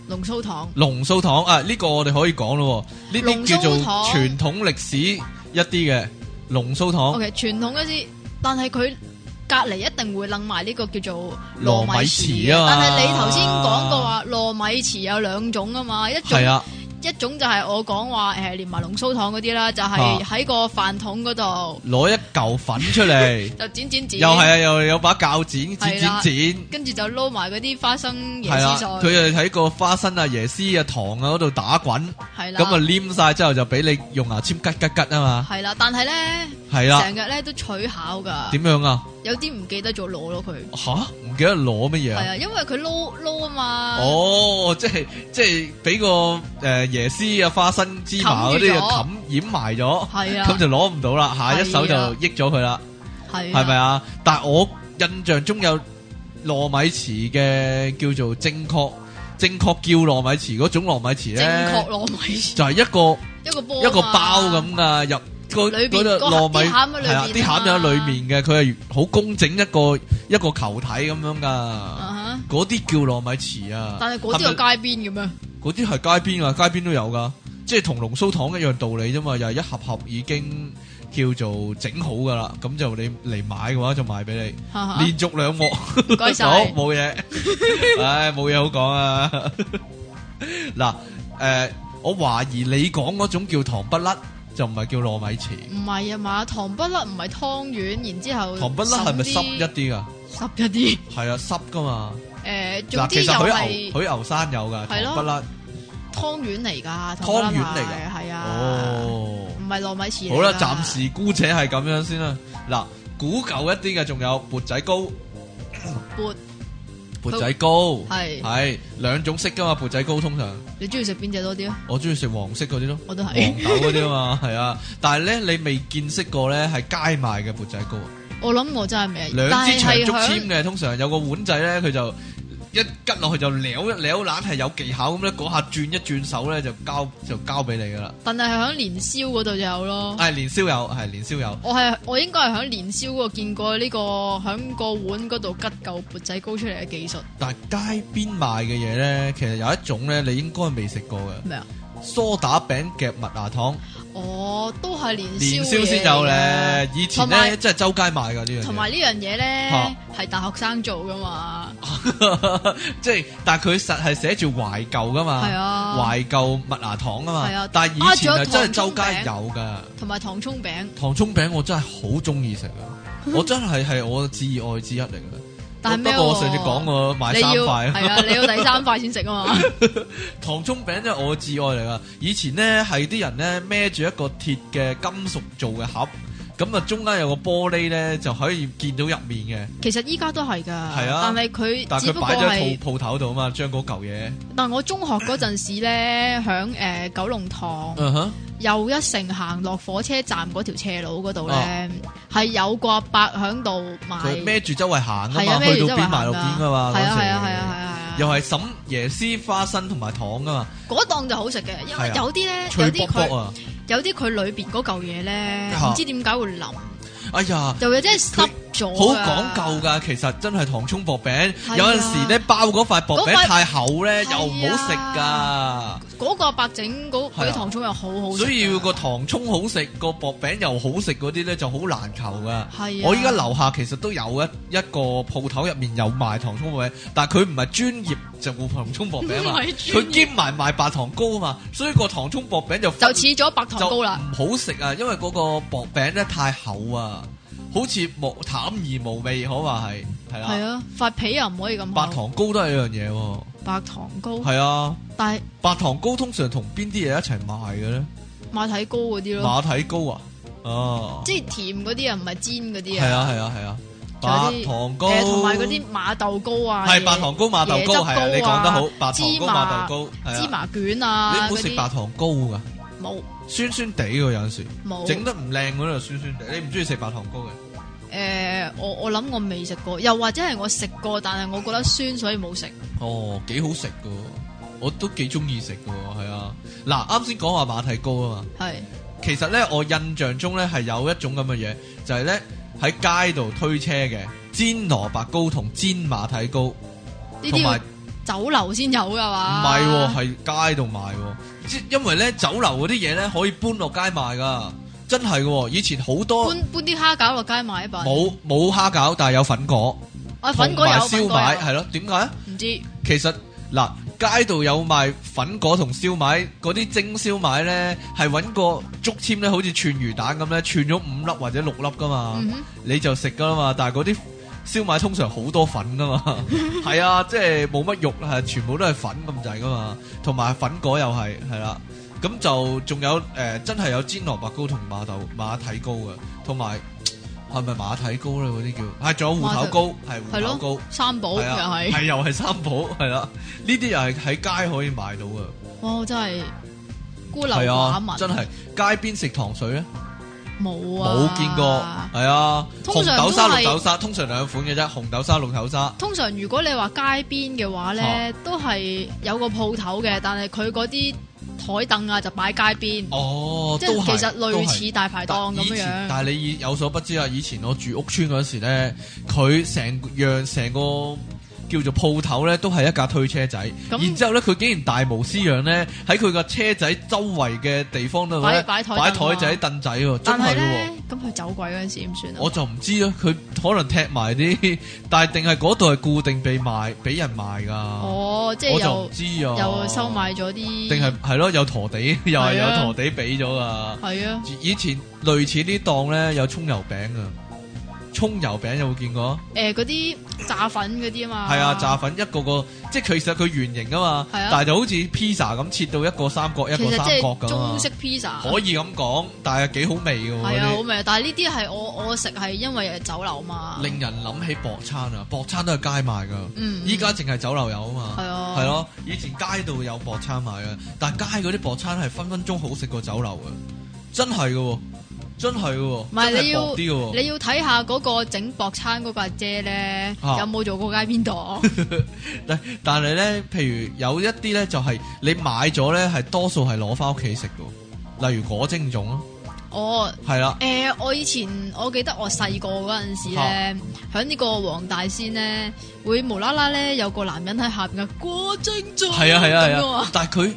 B: 龍鬚糖
A: 龍鬚糖啊？呢、個我哋可以講咯喎，呢啲叫做
B: 龍鬚糖
A: 傳統歷史一啲嘅龍鬚糖、
B: ，OK，傳統嗰啲，但係佢隔離一定會楞埋呢個叫做
A: 糯米糍啊嘛
B: 但係你頭先講過話糯米糍有兩種啊嘛，一種
A: 係啊，
B: 一種就係我講話誒連埋龍鬚糖嗰啲啦，就
A: 啊
B: 係喺個飯桶嗰度
A: 攞一嚿粉出嚟，
B: 就剪剪 剪，
A: 又係啊，又有把鉸剪剪
B: 係
A: 剪
B: 啦
A: 剪，
B: 跟住就撈埋嗰啲花生椰
A: 係啦
B: 絲，
A: 佢
B: 碎，
A: 就喺個花生啊、椰絲啊、糖啊嗰度打滾，
B: 係啦，
A: 咁啊黏晒之後就俾你用牙籤吉吉吉啊嘛，
B: 係啦，但係咧。
A: 係啦
B: 成，日咧都取巧噶，
A: 點樣啊？
B: 有啲唔記得咗攞咯佢，
A: 吓，唔記得攞乜嘢啊
B: 係？啊，因為佢撈撈啊嘛，
A: 哦，即系即系俾个诶椰絲啊、花生、芝麻嗰啲就
B: 冚
A: 冚掩埋咗，
B: 係啊
A: 咁就攞唔到啦。下一手就
B: 係啊
A: 益咗佢啦，
B: 係
A: 係咪
B: 啊？
A: 啊？但系我印象中有糯米糍嘅叫做正確正確叫糯米糍嗰種糯米糍
B: 正確
A: 咧，
B: 糯米
A: 就係一個
B: 一個波啊
A: 一個
B: 嘛
A: 包，咁噶入。嗰
B: 裏邊
A: 嗰
B: 嗰
A: 個
B: 盒
A: 糯米
B: 啲餡喺裏
A: 係啊，
B: 邊
A: 啲
B: 啊
A: 餡就喺
B: 嘛
A: 裏面嘅，佢係好工整一個一個球體咁樣噶，
B: 啊哈
A: 嗰啲叫糯米糍啊。
B: 但係嗰啲
A: 係
B: 有
A: 咪
B: 街邊嘅咩？
A: 嗰啲係街邊啊，街邊都有噶，即係同龍鬚糖一樣道理啫嘛，又係一盒盒已經叫做整好噶啦，咁就你嚟買嘅話就賣俾你，
B: 哈哈
A: 連續兩鑊，
B: 唔 該
A: 好
B: 晒，
A: 冇嘢，唉冇嘢好講啊。 嗱，誒、我懷疑你講嗰種叫糖不甩，就唔係叫糯米糍，
B: 唔係啊嘛，糖不甩唔係湯圓，然之後
A: 糖不甩係咪濕一啲噶？
B: 濕一 啲？
A: 係啊，濕噶嘛。
B: 誒，總
A: 嗱，
B: 之
A: 其
B: 又
A: 實
B: 係
A: 許牛許牛山有噶糖
B: 係咯
A: 不甩。
B: 湯圓嚟㗎，
A: 湯圓嚟㗎
B: 㗎，係啊，
A: 哦，
B: 唔係糯米糍嚟㗎。
A: 好啦，暫時姑且係咁樣先啦。嗱，古舊一啲嘅仲有缽仔糕、
B: 撥
A: 缽仔糕，
B: 係
A: 係兩種色噶嘛，缽仔糕通常。
B: 你中意食邊只多啲啊？
A: 我中意食黃色嗰啲咯，
B: 我都係
A: 黃豆嗰啲啊嘛， 係啊。但係咧，你未見識過咧，係街賣嘅缽仔糕，
B: 我諗我真係未，
A: 兩
B: 但
A: 支長
B: 係
A: 竹
B: 響
A: 籤嘅，通常有個碗仔咧，佢就一拮落去就撩一撩攬，係有技巧咁咧，嗰下轉一轉手咧就交就交俾你噶啦。
B: 但係響年宵嗰度就有咯。
A: 係年宵有，係年宵有，
B: 我係我應該係響年宵嗰度見過呢個響個碗嗰度吉嚿缽仔糕出嚟嘅技術
A: 但係街邊賣嘅嘢咧，其實有一種咧，你應該未食過嘅
B: 咩啊？
A: 梳打餅夾麥芽糖，
B: 哦，都係年宵
A: 年宵先有
B: 嘢嚟
A: 咧
B: 㗎。
A: 以前
B: 同埋
A: 咧，真係周街賣噶呢樣嘢。
B: 同埋呢樣嘢咧
A: 嚇
B: 係大學生做噶嘛，
A: 即係，但係佢實係寫住懷舊噶嘛，
B: 係啊
A: 懷舊麥芽糖啊嘛，
B: 係啊
A: 但係以前
B: 啊
A: 係
B: 仲有
A: 真係周
B: 糖
A: 街
B: 蔥餅
A: 有噶。
B: 同埋糖葱餅，
A: 糖葱餅我真係好中意食 啊！我真係係我至愛之一嚟噶。
B: 但係咩
A: 不過我
B: 喎
A: 上次講過買
B: 你
A: 三
B: 要
A: 塊
B: 係啊，你要第三塊先食 啊嘛，
A: 糖葱餅真係我至愛嚟噶。以前呢，係啲人呢孭住一個鐵嘅金屬做嘅盒，咁啊中間有個玻璃呢，就可以見到入面嘅。
B: 其實依家都係㗎，
A: 啊
B: 但係佢
A: 但係
B: 只
A: 佢
B: 不過
A: 擺咗喺鋪
B: 係，
A: 鋪頭度啊嘛，將嗰嚿嘢。
B: 但我中學嗰陣時咧，響誒九龍塘
A: 嗯哼，
B: 又一城行落火車站嗰條斜路嗰度
A: 啊
B: 咧，係有個阿伯響度賣
A: 佢，孭住周圍行啊
B: 係啊
A: 嘛，
B: 孭
A: 去
B: 住
A: 到
B: 周圍
A: 邊
B: 行
A: 賣到邊噶嘛。嗰
B: 係啊
A: 時
B: 係啊係啊係啊係
A: 又
B: 啊，
A: 係沈椰絲花生同埋糖噶嘛，
B: 嗰檔就好食嘅，因為
A: 係啊
B: 有啲咧
A: 脆
B: 有
A: 卜
B: 啲
A: 卜
B: 佢
A: 啊！
B: 有啲佢裏邊嗰嚿嘢咧，
A: 嚇
B: 唔知點解會淋。
A: 哎呀，
B: 又或者係濕咗，啊
A: 好講究。噶，其實真係糖葱薄餅，
B: 係啊
A: 有陣時咧包嗰塊薄餅
B: 嗰塊
A: 太厚咧，
B: 係
A: 又
B: 啊
A: 唔好食噶，
B: 嗰個白整嗰
A: 係啊
B: 嗰啲糖葱又好好食㗎，啊
A: 所以要個糖葱好食，個薄餅又好食嗰啲咧就好難求噶。
B: 係啊
A: 我依家樓下其實都有一一個鋪頭入面有賣糖葱薄餅，但係佢唔係專業就冇糖葱薄餅啊嘛
B: 唔，係專業
A: 佢兼埋賣白糖糕啊嘛，所以個糖葱薄餅就
B: 就似咗白糖糕啦。
A: 就唔好食啊，因為嗰個薄餅咧太厚啊，好似無淡而無味，可話係係
B: 係
A: 啦。
B: 啊，發皮又唔可以咁厚
A: 白糖糕都係一樣嘢喎，
B: 白糖糕，
A: 係啊，
B: 但係
A: 白糖糕通常同邊啲嘢一齊賣嘅咧？
B: 馬蹄糕嗰啲咯，
A: 馬蹄糕啊，哦，
B: 即係甜嗰啲啊，唔係煎嗰啲
A: 係
B: 啊。
A: 啊係啊係啊，
B: 仲有
A: 白
B: 啲
A: 糖糕
B: 誒，同埋嗰啲馬豆糕啊，
A: 係
B: 嘢
A: 白糖糕馬豆
B: 椰
A: 糕
B: 汁
A: 係啊，你
B: 糕啊
A: 講得好，白糖
B: 芝
A: 糕
B: 麻
A: 馬豆糕係
B: 芝
A: 啊，
B: 麻卷
A: 你唔
B: 啊，
A: 好食白
B: 嗰啲
A: 糖糕噶，
B: 冇
A: 酸酸地嘅有陣時，
B: 冇
A: 整得唔靚嗰度酸酸地，你唔中意食白糖糕嘅。
B: 誒，呃我我諗我未食過，又或者係我食過，但係我覺得酸，所以冇食。
A: 哦，幾好食噶，我都幾中意食噶，係啊。嗱，啱先講話馬蹄糕啊嘛，
B: 係
A: 其實咧我印象中咧係有一種咁嘅嘢，就係咧喺街度推車嘅煎蘿蔔糕同煎馬蹄糕，
B: 呢
A: 同
B: 啲
A: 埋
B: 要酒樓先有㗎
A: 唔
B: 嘛？
A: 係喎，係街度賣喎，即因為咧酒樓嗰啲嘢咧可以搬落街賣噶，真係噶喎，以前好多
B: 搬搬啲蝦餃落街賣一份，
A: 冇冇蝦餃，但係有粉果，
B: 啊粉果有
A: 同埋
B: 粉
A: 燒
B: 果
A: 賣，
B: 有，
A: 係咯，點解啊？
B: 唔知
A: 其實嗱，街度有賣粉果同燒賣，嗰啲蒸燒賣咧係揾個竹籤咧，好似串魚蛋咁咧，串咗五粒或者六粒噶嘛，
B: 嗯哼
A: 你就食噶啦嘛。但係嗰啲燒賣通常好多粉噶 嘛，係啊，即係冇乜肉，係全部都係粉咁滯噶嘛。同埋粉果又係係啦，咁就仲有誒、呃真係有煎蘿蔔糕同馬豆馬蹄糕嘅，同埋係咪馬蹄糕咧？嗰啲叫係，仲有芋頭糕，係
B: 係
A: 芋頭糕
B: 咯。，三寶又
A: 係啊
B: 係，
A: 係又係三寶，係啦，呢啲又係喺街可以買到嘅，
B: 哇真係孤陋
A: 係
B: 寡
A: 啊
B: 聞，，
A: 真係街邊食糖水咧，
B: 冇啊，
A: 冇見過，係啊，
B: 通
A: 紅
B: 常
A: 豆
B: 都
A: 沙、
B: 係
A: 綠豆沙，通常兩款嘅啫，紅豆沙、綠豆沙，
B: 通常如果你話街邊嘅話
A: 啊
B: 咧，都係有個鋪頭嘅，但係佢嗰啲台凳啊就擺街邊，
A: 哦，
B: 即
A: 都係
B: 係其實類似大排
A: 都
B: 檔
A: 係
B: 咁
A: 以
B: 樣
A: 前，
B: 樣。
A: 但係你以有所不知啊！以前我住屋村嗰時咧，佢成樣成個叫做鋪頭咧，都係一架推車仔。
B: 咁
A: 然之後咧，佢竟然大無私樣咧，喺佢個車仔周圍嘅地方度咧，
B: 擺擺台
A: 擺
B: 凳
A: 台
B: 啊
A: 仔凳仔喎，真
B: 但
A: 係
B: 係
A: 嘅喎
B: 咧。，咁佢走鬼嗰陣時點算啊？
A: 我就唔知啦，佢可能踢埋啲， 但係定係嗰度係固定被賣，俾人賣噶。
B: 哦，即係
A: 我就唔
B: 又
A: 知啊，
B: 又收，買咗啲，
A: 定係係咯，有陀地，又係
B: 係
A: 有
B: 啊
A: 陀地俾咗噶。
B: 係啊。
A: 以前類似呢檔咧有葱油餅啊，葱油餅有冇見過？
B: 诶嗰啲炸粉嗰啲啊嘛，
A: 係啊，炸粉一個個，即係其實佢圓形啊嘛，
B: 係啊
A: 但係就好似 pizza 咁切到一個三角一
B: 其
A: 個
B: 實
A: 三
B: 即
A: 角
B: 係
A: 咁啊
B: 中式 pizza，
A: 可以咁講，但係幾好味嘅喎
B: 係啊，好
A: 嗰
B: 味。但係呢啲係我我食係因為酒樓嘛
A: 啲，，令人諗起薄餐啊，薄餐都係街賣㗎。
B: 嗯，
A: 依家淨係酒樓有啊嘛，
B: 係啊
A: 係咯，以前街度有薄餐賣嘅，但係街嗰啲薄餐係分分鐘好食過酒樓嘅，真係嘅喎，真係嘅喎，
B: 唔係
A: 真
B: 你
A: 係
B: 要
A: 薄啲嘅喎，
B: 你要睇下嗰個整薄餐嗰個阿姐咧，
A: 啊
B: 有冇做過街邊檔？
A: 但但係咧，譬如有一啲咧就係你買咗咧係多數係攞翻屋企食嘅喎，例如果蒸粽咯，
B: 我
A: 係啦，
B: 誒、我以前我記得我細個嗰陣時咧，喺呢個黃大仙咧，會無啦啦咧有個男人喺下邊嘅過蒸咗，
A: 係啊係啊
B: 咁
A: 係
B: 樣
A: 啊
B: 啊，
A: 但係佢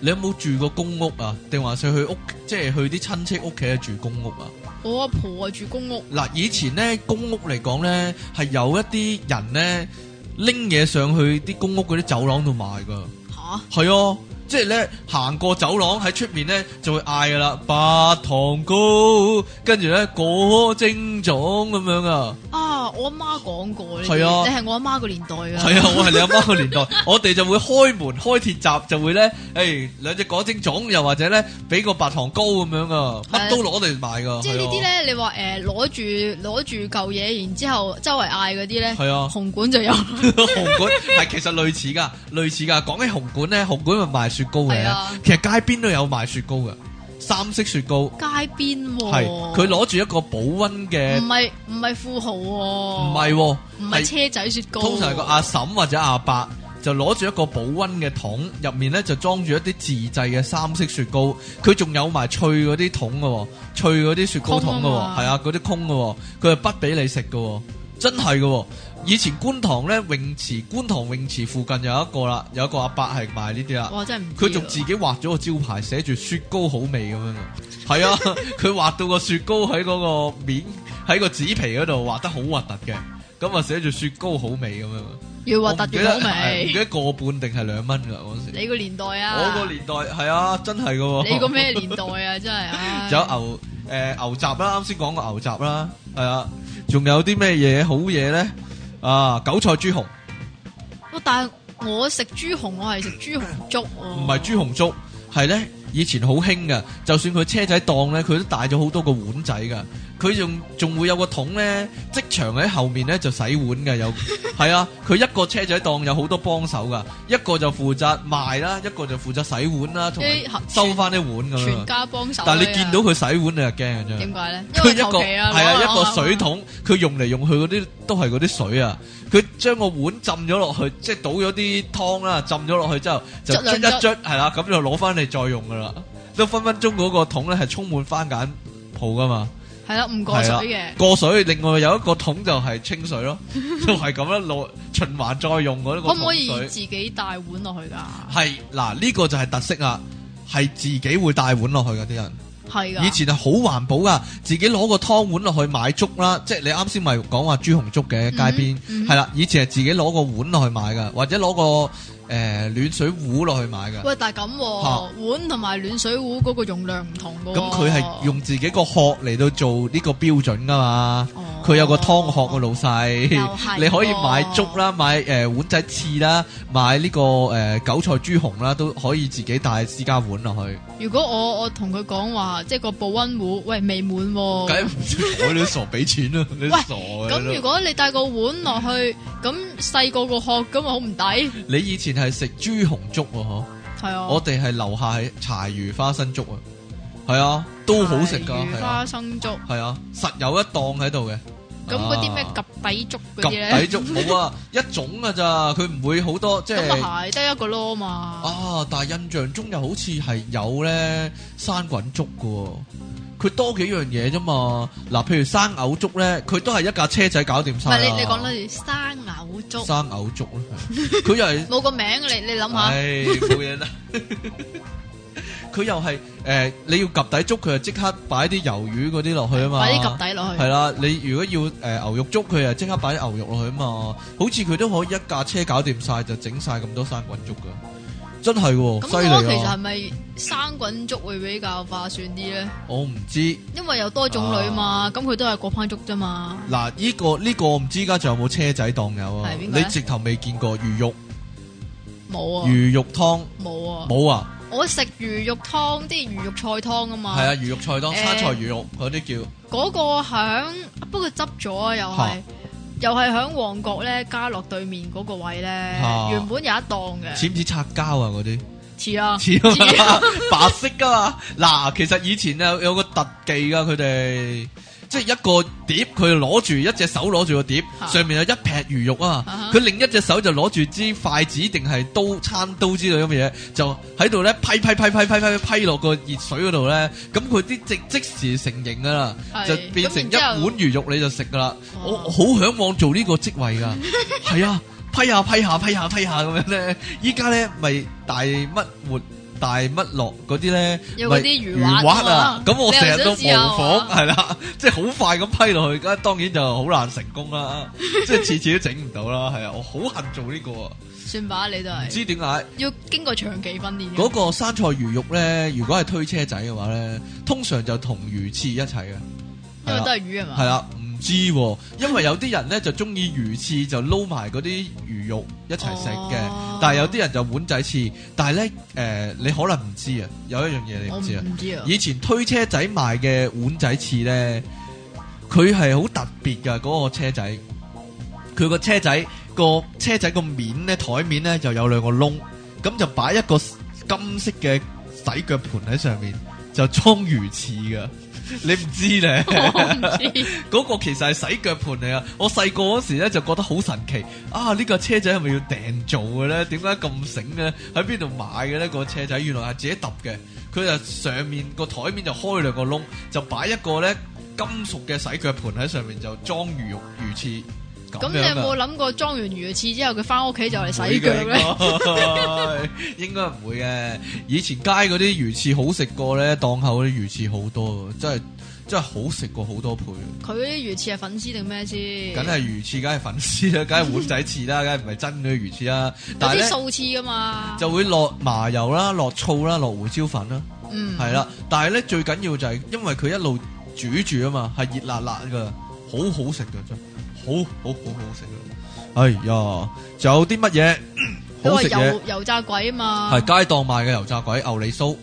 A: 你有冇住過公屋啊？定還是去屋即係去啲親戚屋企係住公屋啊？
B: 我阿婆啊住公屋，
A: 嗱，以前咧公屋嚟講咧，係有一啲人咧拎嘢上去啲公屋嗰啲走廊度賣噶，
B: 吓
A: 係啊，即係咧行過走廊喺出面咧就會嗌噶啦，白糖糕，跟住咧果蒸粽咁樣 啊，
B: 啊！我阿媽講過呢啲，
A: 係啊
B: 你係我阿媽個年代㗎，
A: 係啊，我係你阿媽個年代， 我哋就會開門開鐵閘，就會咧，誒兩隻果蒸粽，又或者咧俾個白糖糕咁樣啊，乜都攞嚟賣噶，
B: 即係呢啲
A: 係啊，
B: 咧，你話誒攞住攞住嚿嘢，然之後周圍嗌嗰啲咧，
A: 係啊。
B: 紅館就 有，
A: 紅館係其實類似噶，類似噶。講起紅館咧，紅館咪賣雪糕嘅
B: 係啊，
A: 其實街邊都有賣雪糕嘅，三色雪糕
B: 街邊喎，
A: 係佢攞住一個保温嘅
B: 唔，係唔係富豪喎，
A: 唔係喎，
B: 嗯唔係車仔雪糕喎，
A: 通常係個阿嬸或者阿伯就攞住一個保温嘅桶，入面咧就裝住一啲自製嘅三色雪糕，佢仲有埋脆嗰啲桶嘅喎，脆嗰啲雪糕桶嘅
B: 空
A: 喎，
B: 啊嘛
A: 係啊，嗰啲空嘅喎，佢係不俾你食嘅喎，真係嘅喎。以前觀塘咧泳池，觀塘泳池附近有一個啦，有一個阿伯係賣呢啲啦。
B: 哇真係唔知啊
A: 佢仲
B: 喎
A: 自己畫咗個招牌，寫住雪糕好味咁樣嘅，係啊， 佢畫到個雪糕喺嗰個面喺個紙皮嗰度畫得好核突嘅，咁啊寫住雪糕好味咁樣。啊
B: 越核
A: 我唔
B: 突
A: 記
B: 越
A: 得
B: 好
A: 係唔記
B: 味。
A: 得個半定係兩蚊噶嗰時。
B: 你個年代啊，
A: 我個年代係啊，真係噶。
B: 你個咩年代啊？真係唉
A: 有牛誒牛雜啦，啱先講過牛雜啦，係啊，仲有啲咩嘢好嘢咧？啊，韭菜豬紅
B: 哇哦但係我食豬紅，我係食豬紅粥喎。
A: 唔係豬紅粥，係咧以前好興噶，就算佢車仔檔咧，佢都帶咗好多個碗仔噶。佢仲仲會有個桶咧，即場喺後面咧就洗碗嘅 有，係啊，佢一個車仔檔有好多幫手噶，一個就負責賣啦，一個就負責洗碗啦，同埋
B: 啲合
A: 收翻啲碗咁樣
B: 全。家幫手啊。
A: 但係你見到佢洗碗，你就驚嘅啊
B: 因
A: 啫
B: 為點。解咧？因
A: 佢
B: 為
A: 一個
B: 求其啊，
A: 係啊
B: 攞下
A: 一個
B: 攞下
A: 水桶，佢用嚟用去嗰啲都係嗰啲水啊。佢將個碗浸咗落去，即係倒咗啲湯啦，浸咗落去之後就
B: 捽
A: 捽
B: 兩
A: 一
B: 捽
A: 捽，係啦，咁就攞翻嚟再用噶啦。都分分鐘嗰個桶咧係充滿番梘泡噶嘛，
B: 係啦，唔過水
A: 係啊啦
B: 嘅。
A: 過水。另外有一個桶就係清水咯， 就係咁啦，攞循環再用嗰個
B: 可唔
A: 桶
B: 可以
A: 水。
B: 自己帶碗落去㗎？
A: 係嗱，呢個就係特色啊，係自己會帶碗落去嘅啲人。
B: 係㗎。
A: 以前係好環保噶，自己攞個湯碗落去買粥啦，即係你啱先咪講話豬紅粥嘅街邊，
B: 嗯哼
A: 係啦、以前係自己攞個碗落去買噶，或者攞個誒、呃暖水壺落去買噶。
B: 喂，但係咁
A: 嚇
B: 喎碗同埋暖水壺嗰個容量唔同㗎喎。
A: 咁佢係用自己個殼嚟到做呢個標準噶嘛，
B: 哦
A: 佢有個湯殼個老
B: 又
A: 細，
B: 係
A: 你可以
B: 喎
A: 買粥啦，買誒、呃碗仔翅啦，買呢、個誒、呃韭菜豬紅啦，都可以自己帶私家碗落去。
B: 如果我我同佢講話，即係個保温壺，喂未滿喎。
A: 梗係唔知我你都傻俾錢啦，你都
B: 喂
A: 傻嘅
B: 咁
A: 都
B: 如果你帶個碗落去，咁細個個殼咁咪好唔抵？
A: 你以前係食豬紅粥喎，嗬？
B: 係啊，
A: 我哋係樓下係柴魚花生粥啊，係啊，都好食噶，
B: 柴魚
A: 係啊
B: 花，生粥，
A: 係啊，實有一檔喺度嘅。
B: 咁嗰啲咩
A: 啊
B: 及底粥嗰啲
A: 及底
B: 咧，
A: 粥冇 啊，一種噶咋，佢唔會好多即
B: 咁
A: 係
B: 啊係得一個咯嘛。
A: 啊，但係印象中又好似係有咧生滾粥噶喎。佢多幾樣嘢啫嘛，嗱，譬如生牛粥咧，佢都係一架車仔搞掂
B: 唔
A: 晒啦。
B: 係你你講啦，生牛粥
A: 生牛粥啦，係佢又係。
B: 冇個名，你你諗下，
A: 唉，冇嘢啦。 佢又係诶，你要及底粥，佢就即刻擺啲魷魚嗰啲落去啊嘛。
B: 快啲及底落
A: 係
B: 去。
A: 啦，你如果要诶、呃牛肉粥，佢就即刻擺啲牛肉落去啊嘛。好似佢都可以一架車搞掂晒，就整晒咁多生滾粥噶。真係喎，
B: 咁
A: 犀
B: 嗰個其
A: 利
B: 實係
A: 啊！
B: 咪生滾粥會比較划算啲咧？
A: 我唔知
B: 因為有多種類嘛，咁佢都係嗰班粥啫嘛。
A: 嗱，呢個呢個唔知而家仲有冇車仔檔有啊？
B: 係邊個
A: 你
B: 咧
A: 直頭未見過魚肉
B: 冇啊，
A: 魚肉湯
B: 冇啊，
A: 冇啊？
B: 我食魚肉湯，啲魚肉菜湯啊嘛。
A: 係啊，，魚肉菜湯、
B: 誒
A: 沙菜魚肉嗰啲叫
B: 嗰個響，不過執咗啊，又
A: 嚇
B: 係。又係響旺角咧，家樂對面嗰個位咧，
A: 嚇
B: 原本有一檔嘅，
A: 似唔似擦膠啊？嗰啲。
B: 似啊，
A: 似啊嘛， 白色噶嘛。嗱，其實以前啊有個特技噶，佢哋即係一個碟，佢攞住一隻手攞住個碟，
B: 啊
A: 上面有一劈魚肉啊
B: 啊哈，
A: 佢另一隻手就攞住支筷子定係刀餐刀之類咁嘅嘢，就喺度咧批批批批批批批落個熱水嗰度咧，咁佢啲即即時成形噶啦，
B: 係
A: 就變成一碗魚肉你就食噶啦。我我
B: 哦
A: 好向往做呢個職位 噶，係啊，批下批下批下批下咁樣咧。依家咧咪大乜活大乜落嗰啲咧，
B: 有
A: 咪
B: 嗰啲魚
A: 魚
B: 滑
A: 滑啊
B: 啊嘛。
A: 咁我
B: 你
A: 成日
B: 又
A: 都
B: 想試下
A: 模仿，
B: 啊
A: 係啦， 即係好快咁批落去，咁當然就好難成功啦。 即係次次都整唔到啦，係啊，我好恨做呢個啊，
B: 算吧，你都
A: 唔
B: 係
A: 知點解。
B: 要經過長期訓練嘅。
A: 嗰個生菜魚肉咧，如果係推車仔嘅話咧，通常就同魚翅一齊嘅，係
B: 因為
A: 啦
B: 都係魚係啊嘛？
A: 係啊啦，唔知喎，因為有啲人咧就中意魚翅就撈埋嗰啲魚肉一齊食嘅，
B: 哦
A: 但係有啲人就碗仔翅，但係咧誒，你可能唔知啊，有一樣嘢你
B: 我
A: 唔
B: 唔
A: 知啊，
B: 唔知啊。
A: 以前推車仔賣嘅碗仔翅咧，佢係好特別噶嗰、個車仔，佢個車仔個車仔個面咧台面咧就有兩個窿，咁就擺一個金色嘅洗腳盤喺上面，就裝魚翅噶，你唔知 咧。
B: 我唔知，
A: 嗰個其實係洗腳盤嚟啊！我細個嗰時咧就覺得好神奇啊！呢、架車仔係咪要訂做嘅咧？點解咁醒嘅咧？喺邊度買嘅咧？個車仔原來係自己揼嘅，佢就上面個台面就開兩個窿，就擺一個咧金屬嘅洗腳盤喺上面就裝魚肉魚翅 咁
B: 咁
A: 樣啊
B: 你有
A: 㗎
B: 冇諗過裝完魚翅之後佢翻屋企就嚟洗腳啊咧？
A: 咧， 應該唔會嘅。以前街嗰啲魚翅好食過咧，檔口嗰啲魚翅好多㗎，真係真係好食過好多倍。
B: 佢啲魚翅係粉絲定咩先？
A: 梗係魚翅，梗係粉絲啦，梗係碗仔翅啦，梗係唔係真嗰啲魚翅啦。
B: 有
A: 但係
B: 啲
A: 咧
B: 素翅噶嘛？
A: 就會落麻油啦、落醋啦、落胡椒粉啦，
B: 嗯
A: 係啦、但係咧最緊要就係因為佢一路煮住啊嘛，係熱辣辣噶，好好食噶真，好好好好食噶。哎呀，仲有啲乜嘢
B: 因
A: 好
B: 為
A: 食嘢
B: 油？油炸鬼啊嘛，
A: 係街檔賣嘅油炸鬼、牛脷酥，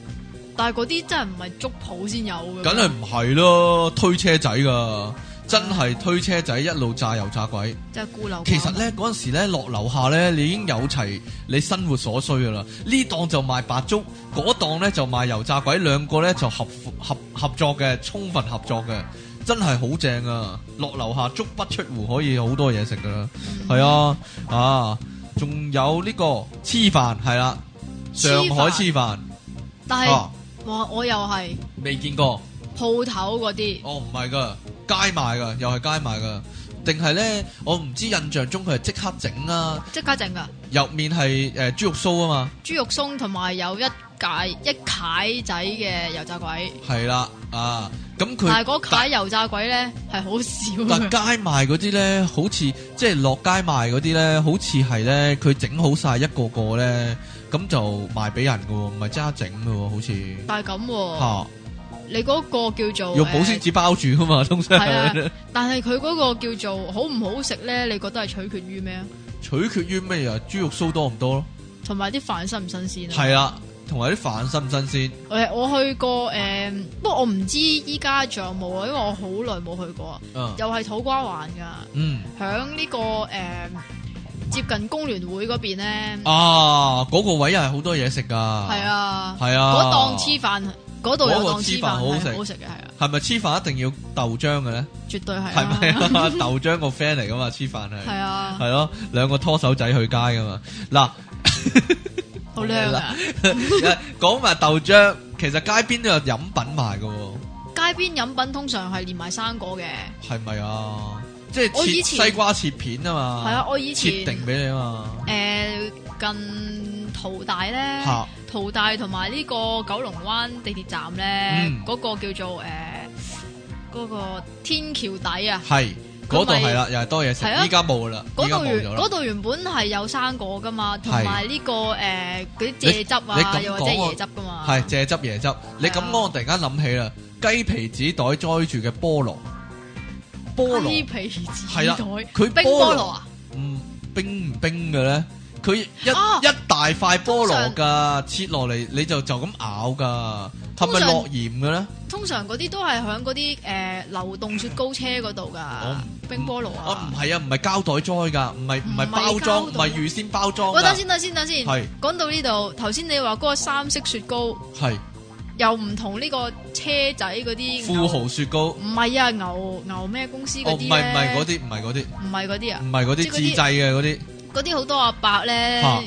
B: 但係嗰啲真係唔係粥鋪先有嘅，
A: 梗係唔係咯？推車仔噶，真係推車仔一路炸油炸鬼。
B: 即係孤陋寡聞。
A: 其實咧嗰陣時咧落樓下咧，你已經有齊你生活所需噶啦。呢檔就賣白粥，嗰檔咧就賣油炸鬼，兩個咧就合合合作嘅，充分合作嘅，真係好正啊！落樓下足不出户，可以好多嘢食噶啦。係啊，啊，仲有呢、個黐飯係啦，上海
B: 黐
A: 黐飯
B: 但係
A: 啊，
B: 哇，我又係
A: 未見過。
B: 鋪頭嗰啲
A: 哦，唔係噶，街賣噶，又係街賣噶。定係咧，我唔知印象中佢係即刻整啊啦、
B: 即刻整噶，
A: 入面係誒豬肉酥啊嘛，
B: 豬肉鬆同埋有一解一蟹仔嘅油炸鬼。
A: 係啦啊，咁佢
B: 但係嗰蟹油炸鬼咧係好少
A: 但
B: 嘅，
A: 街賣嗰啲咧，好似即係落街賣嗰啲咧，好似係咧佢整好晒一個個咧，咁就賣俾人噶喎，唔係即刻整噶喎，好似
B: 但係咁
A: 嚇、
B: 喎，你嗰個叫做
A: 用保鮮
B: 誒
A: 紙包住噶嘛，通常
B: 係啊，但係佢嗰個叫做好唔好食咧？你覺得係取決於咩啊？
A: 取決於咩啊？豬肉酥多唔多咯？
B: 同埋啲飯新唔新鮮啊？
A: 係啦，同埋啲飯新唔新鮮？
B: 誒，我去過誒、不過我唔知依家仲有冇啊，因為我好耐冇去過啊。
A: 嗯
B: 又係土瓜灣噶，
A: 嗯
B: 響呢、個誒、接近工聯會嗰邊咧，
A: 啊，嗰、個位又係好多嘢食噶，
B: 係
A: 係啊，
B: 啊，
A: 係啊，
B: 嗰檔黐飯嗰度有
A: 嗰個
B: 檔
A: 黐飯
B: 黐飯
A: 好好食
B: 係好食嘅，係啊，
A: 係咪黐飯一定要豆漿嘅咧？
B: 絕對係
A: 係咪
B: 啊，
A: 啊？豆漿個 friend 嚟噶嘛，黐飯
B: 係
A: 係
B: 啊，
A: 係咯，兩個拖手仔去街噶嘛。嗱，
B: 好靚啊！
A: 講埋豆漿，其實街邊都有飲品賣噶喎，
B: 街邊飲品通常係連埋生果嘅，
A: 係咪啊？即係
B: 我
A: 切
B: 以前
A: 西瓜切片啊嘛，
B: 係啊，我以前
A: 切定俾你啊嘛，
B: 誒近淘大咧。
A: 嚇
B: 淘大同埋呢個九龍灣地鐵站咧
A: 嗯，
B: 嗰、個叫做誒嗰、個天橋底啊，
A: 係嗰
B: 佢
A: 度
B: 咪
A: 係啦，又係多嘢食
B: 係啊，
A: 依家冇啦，
B: 嗰
A: 依家
B: 度
A: 冇
B: 原
A: 咗啦
B: 嗰。度原本係有生果噶嘛，同埋呢個誒嗰啲
A: 你
B: 蔗汁
A: 你
B: 啊，
A: 咁
B: 又或者
A: 講我
B: 椰汁噶嘛，
A: 係蔗汁椰汁，你
B: 啊
A: 咁講我突然間諗起啦，雞皮紙袋載住嘅菠蘿，菠
B: 雞
A: 蘿
B: 皮紙
A: 係啦
B: 袋，
A: 佢
B: 冰
A: 菠
B: 菠
A: 蘿
B: 蘿啊，
A: 唔冰唔冰嘅咧？佢一
B: 啊
A: 一大塊菠蘿
B: 通
A: 㗎，切落嚟你就就咁咬㗎，係
B: 通
A: 咪
B: 常
A: 落鹽嘅咧？
B: 通常嗰啲都係喺嗰啲誒流動雪糕車嗰度
A: 我
B: 噶
A: 唔，
B: 冰菠蘿
A: 哦，唔
B: 啊。
A: 係啊，唔係膠袋裝㗎，唔係唔係
B: 唔係
A: 包裝，
B: 膠
A: 唔
B: 袋
A: 係預先包裝
B: 喂，等
A: 㗎，
B: 先，等先，等先。
A: 係
B: 講到呢度，頭先你話嗰個三色雪糕
A: 係
B: 又唔同呢個車仔嗰啲
A: 富
B: 牛
A: 豪雪糕。
B: 唔係啊，牛牛咩公司
A: 哦，
B: 嗰
A: 唔係唔係嗰
B: 啲啲，
A: 啲，唔係嗰啲，
B: 唔係嗰啲啊
A: 唔，係嗰啲
B: 即係嗰
A: 自
B: 啲
A: 製嘅嗰啲。
B: 嗰啲好多阿伯咧，
A: 嚇啊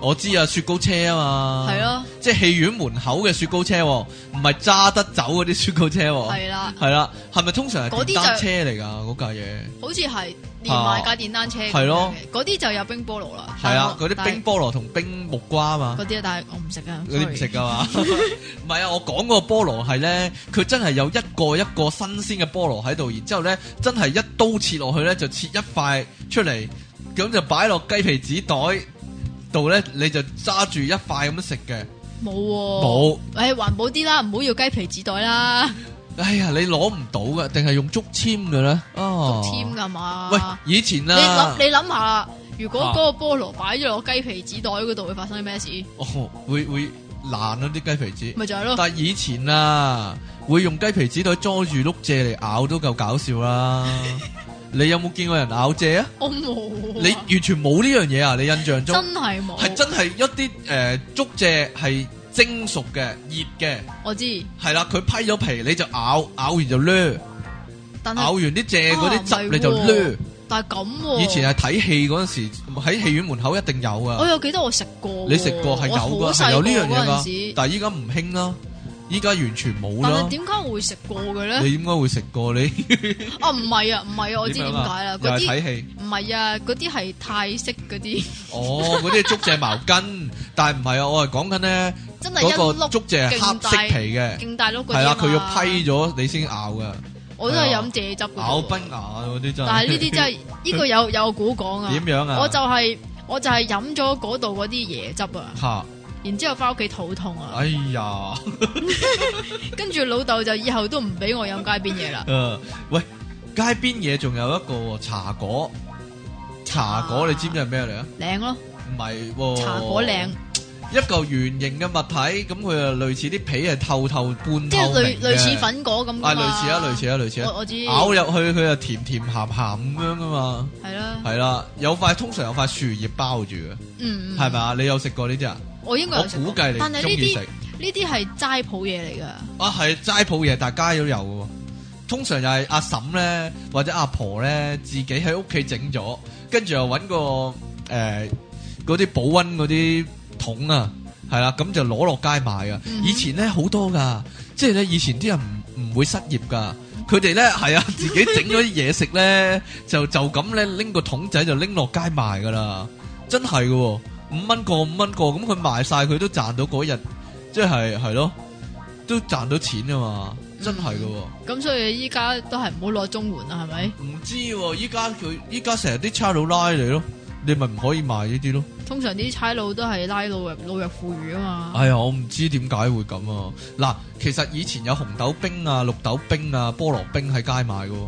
A: 我知啊，雪糕車啊嘛，
B: 係，咯，
A: 即係戲院門口嘅雪糕車喎，唔係揸得走嗰啲雪糕車喎，
B: 係啦，
A: 係啦，係咪通常係
B: 嗰啲
A: 電
B: 就
A: 單車嚟㗎嗰架嘢？
B: 好似係連埋架電單車咁樣嘅
A: 啊係咯，
B: 嗰啲就有冰菠蘿啦，
A: 係啊，
B: 哦但
A: 嗰
B: 係
A: 啲冰菠蘿同冰木瓜啊嘛
B: 但係。嗰啲啊，但係我唔食啊，
A: 嗰啲唔食
B: sorry
A: 噶嘛， 唔係啊！我講嗰個菠蘿係咧，佢真係有一個一個新鮮嘅菠蘿喺度，然之後咧真係一刀切落去咧，就切一塊出嚟，咁就擺落雞皮紙袋度咧，你就揸住一塊咁食嘅。
B: 冇喎，
A: 冇，
B: 誒環保啲啦，唔好要雞皮紙袋啦，
A: 哎呀，你攞唔到噶，定係用竹籤嘅咧？哦，
B: 添㗎嘛，
A: 喂，以前啊
B: 你諗
A: 啦，
B: 你諗下啦，如果嗰個菠蘿擺咗落雞皮紙袋嗰度，會發生啲咩事？
A: 哦，會會爛咗啲雞皮紙。
B: 咪就 係咯，
A: 但係以前啊，會用雞皮紙袋裝住碌蔗嚟咬都夠搞笑 啦。你有冇見過人咬蔗啊？
B: 我冇啊，
A: 你完全冇呢樣嘢啊！你印象中
B: 真係冇，
A: 係真係一啲誒竹蔗係蒸熟嘅、熱嘅，
B: 我知，
A: 係啦，佢批咗皮你就咬，咬完就掠，
B: 但
A: 咬完
B: 係
A: 啲蔗嗰啲
B: 啊
A: 汁
B: 係
A: 你就掠。
B: 但係咁喎，
A: 以前係睇戲嗰陣時，喺戲院門口一定有
B: 我
A: 啊。
B: 有記得我食過喎，
A: 你食過係有
B: 哎我好
A: 噶，
B: 細
A: 係有呢樣嘢
B: 個嗰陣
A: 噶
B: 時，
A: 但係依家唔興啦，依家完全冇
B: 但
A: 啦
B: 係。點解我會食過嘅咧？
A: 你點解會食過你？
B: 啊，唔係啊，唔係啊，我知點解啦，
A: 又
B: 嗰
A: 係
B: 啲
A: 睇戲。
B: 唔係啊，嗰啲係泰式嗰啲，
A: 哦，嗰啲係竹蔗茅根，但係唔係啊，我係講緊咧
B: 真係一
A: 嗰個
B: 碌
A: 竹蔗係黑色皮嘅，
B: 勁大碌嗰啲啊
A: 係啦，佢要
B: 嘛
A: 批，咗你先咬嘅，
B: 我都係飲蔗汁嘅
A: 咬
B: 喎。
A: 崩牙嗰啲真係。
B: 但係 呢啲真係呢個有有古講啊。
A: 點樣啊？
B: 我就係我就係飲咗嗰度嗰啲椰汁啊，
A: 嚇！
B: 然之後翻屋企肚痛啊，
A: 哎呀，
B: 跟住老豆就以後都唔俾我飲街邊嘢啦。
A: 誒，喂，街邊嘢仲有一個喎茶果，茶果你知唔知係咩嚟啊？
B: 靚咯，
A: 唔係喎，
B: 茶果靚，
A: 一嚿圓形嘅物體，咁佢啊類似啲皮係透透半透明
B: 即係類類似
A: 嘅
B: 粉果咁㗎嘛
A: 啊，類似啊，類似啊，類似啊
B: 我，我知，
A: 咬
B: 係
A: 入去佢就甜甜鹹鹹咁樣噶嘛，
B: 啦，
A: 係啦，有塊通常有塊樹葉包住嘅，
B: 嗯，
A: 係咪啊？你有食過呢啲啊？
B: 我應該
A: 我
B: 有食過
A: 估計你
B: 但
A: 唔
B: 係呢
A: 中意食
B: 啲呢啲係齋譜嘢嚟㗎，
A: 啊，係齋鋪嘢，大家都有嘅喎。通常又係阿嬸咧或者阿婆咧自己喺屋企整咗，跟住又揾個誒嗰啲保温嗰啲桶啊，係啦，咁就攞落街賣啊。
B: 嗯哼
A: 以前咧好多噶，即係咧以前啲人唔唔會失業噶。佢哋咧係啊，自己整咗啲嘢食咧，就就咁咧拎個桶仔就拎落街賣噶啦，真係噶、喎，五蚊個五蚊個，咁佢賣晒佢都賺到嗰日，即係係咯，都賺到錢啊嘛，真係噶、喎。
B: 咁所以依家都係唔好攞綜援啊啦，係咪？
A: 唔知喎，依家佢依家成日啲差佬拉你咯，你咪唔可以賣呢啲咯。
B: 通常啲差佬都係拉老弱老弱婦孺啊嘛，
A: 哎呀，我唔知點解會咁啊！嗱，其實以前有紅豆冰啊、綠豆冰啊、菠蘿冰喺街買嘅喎，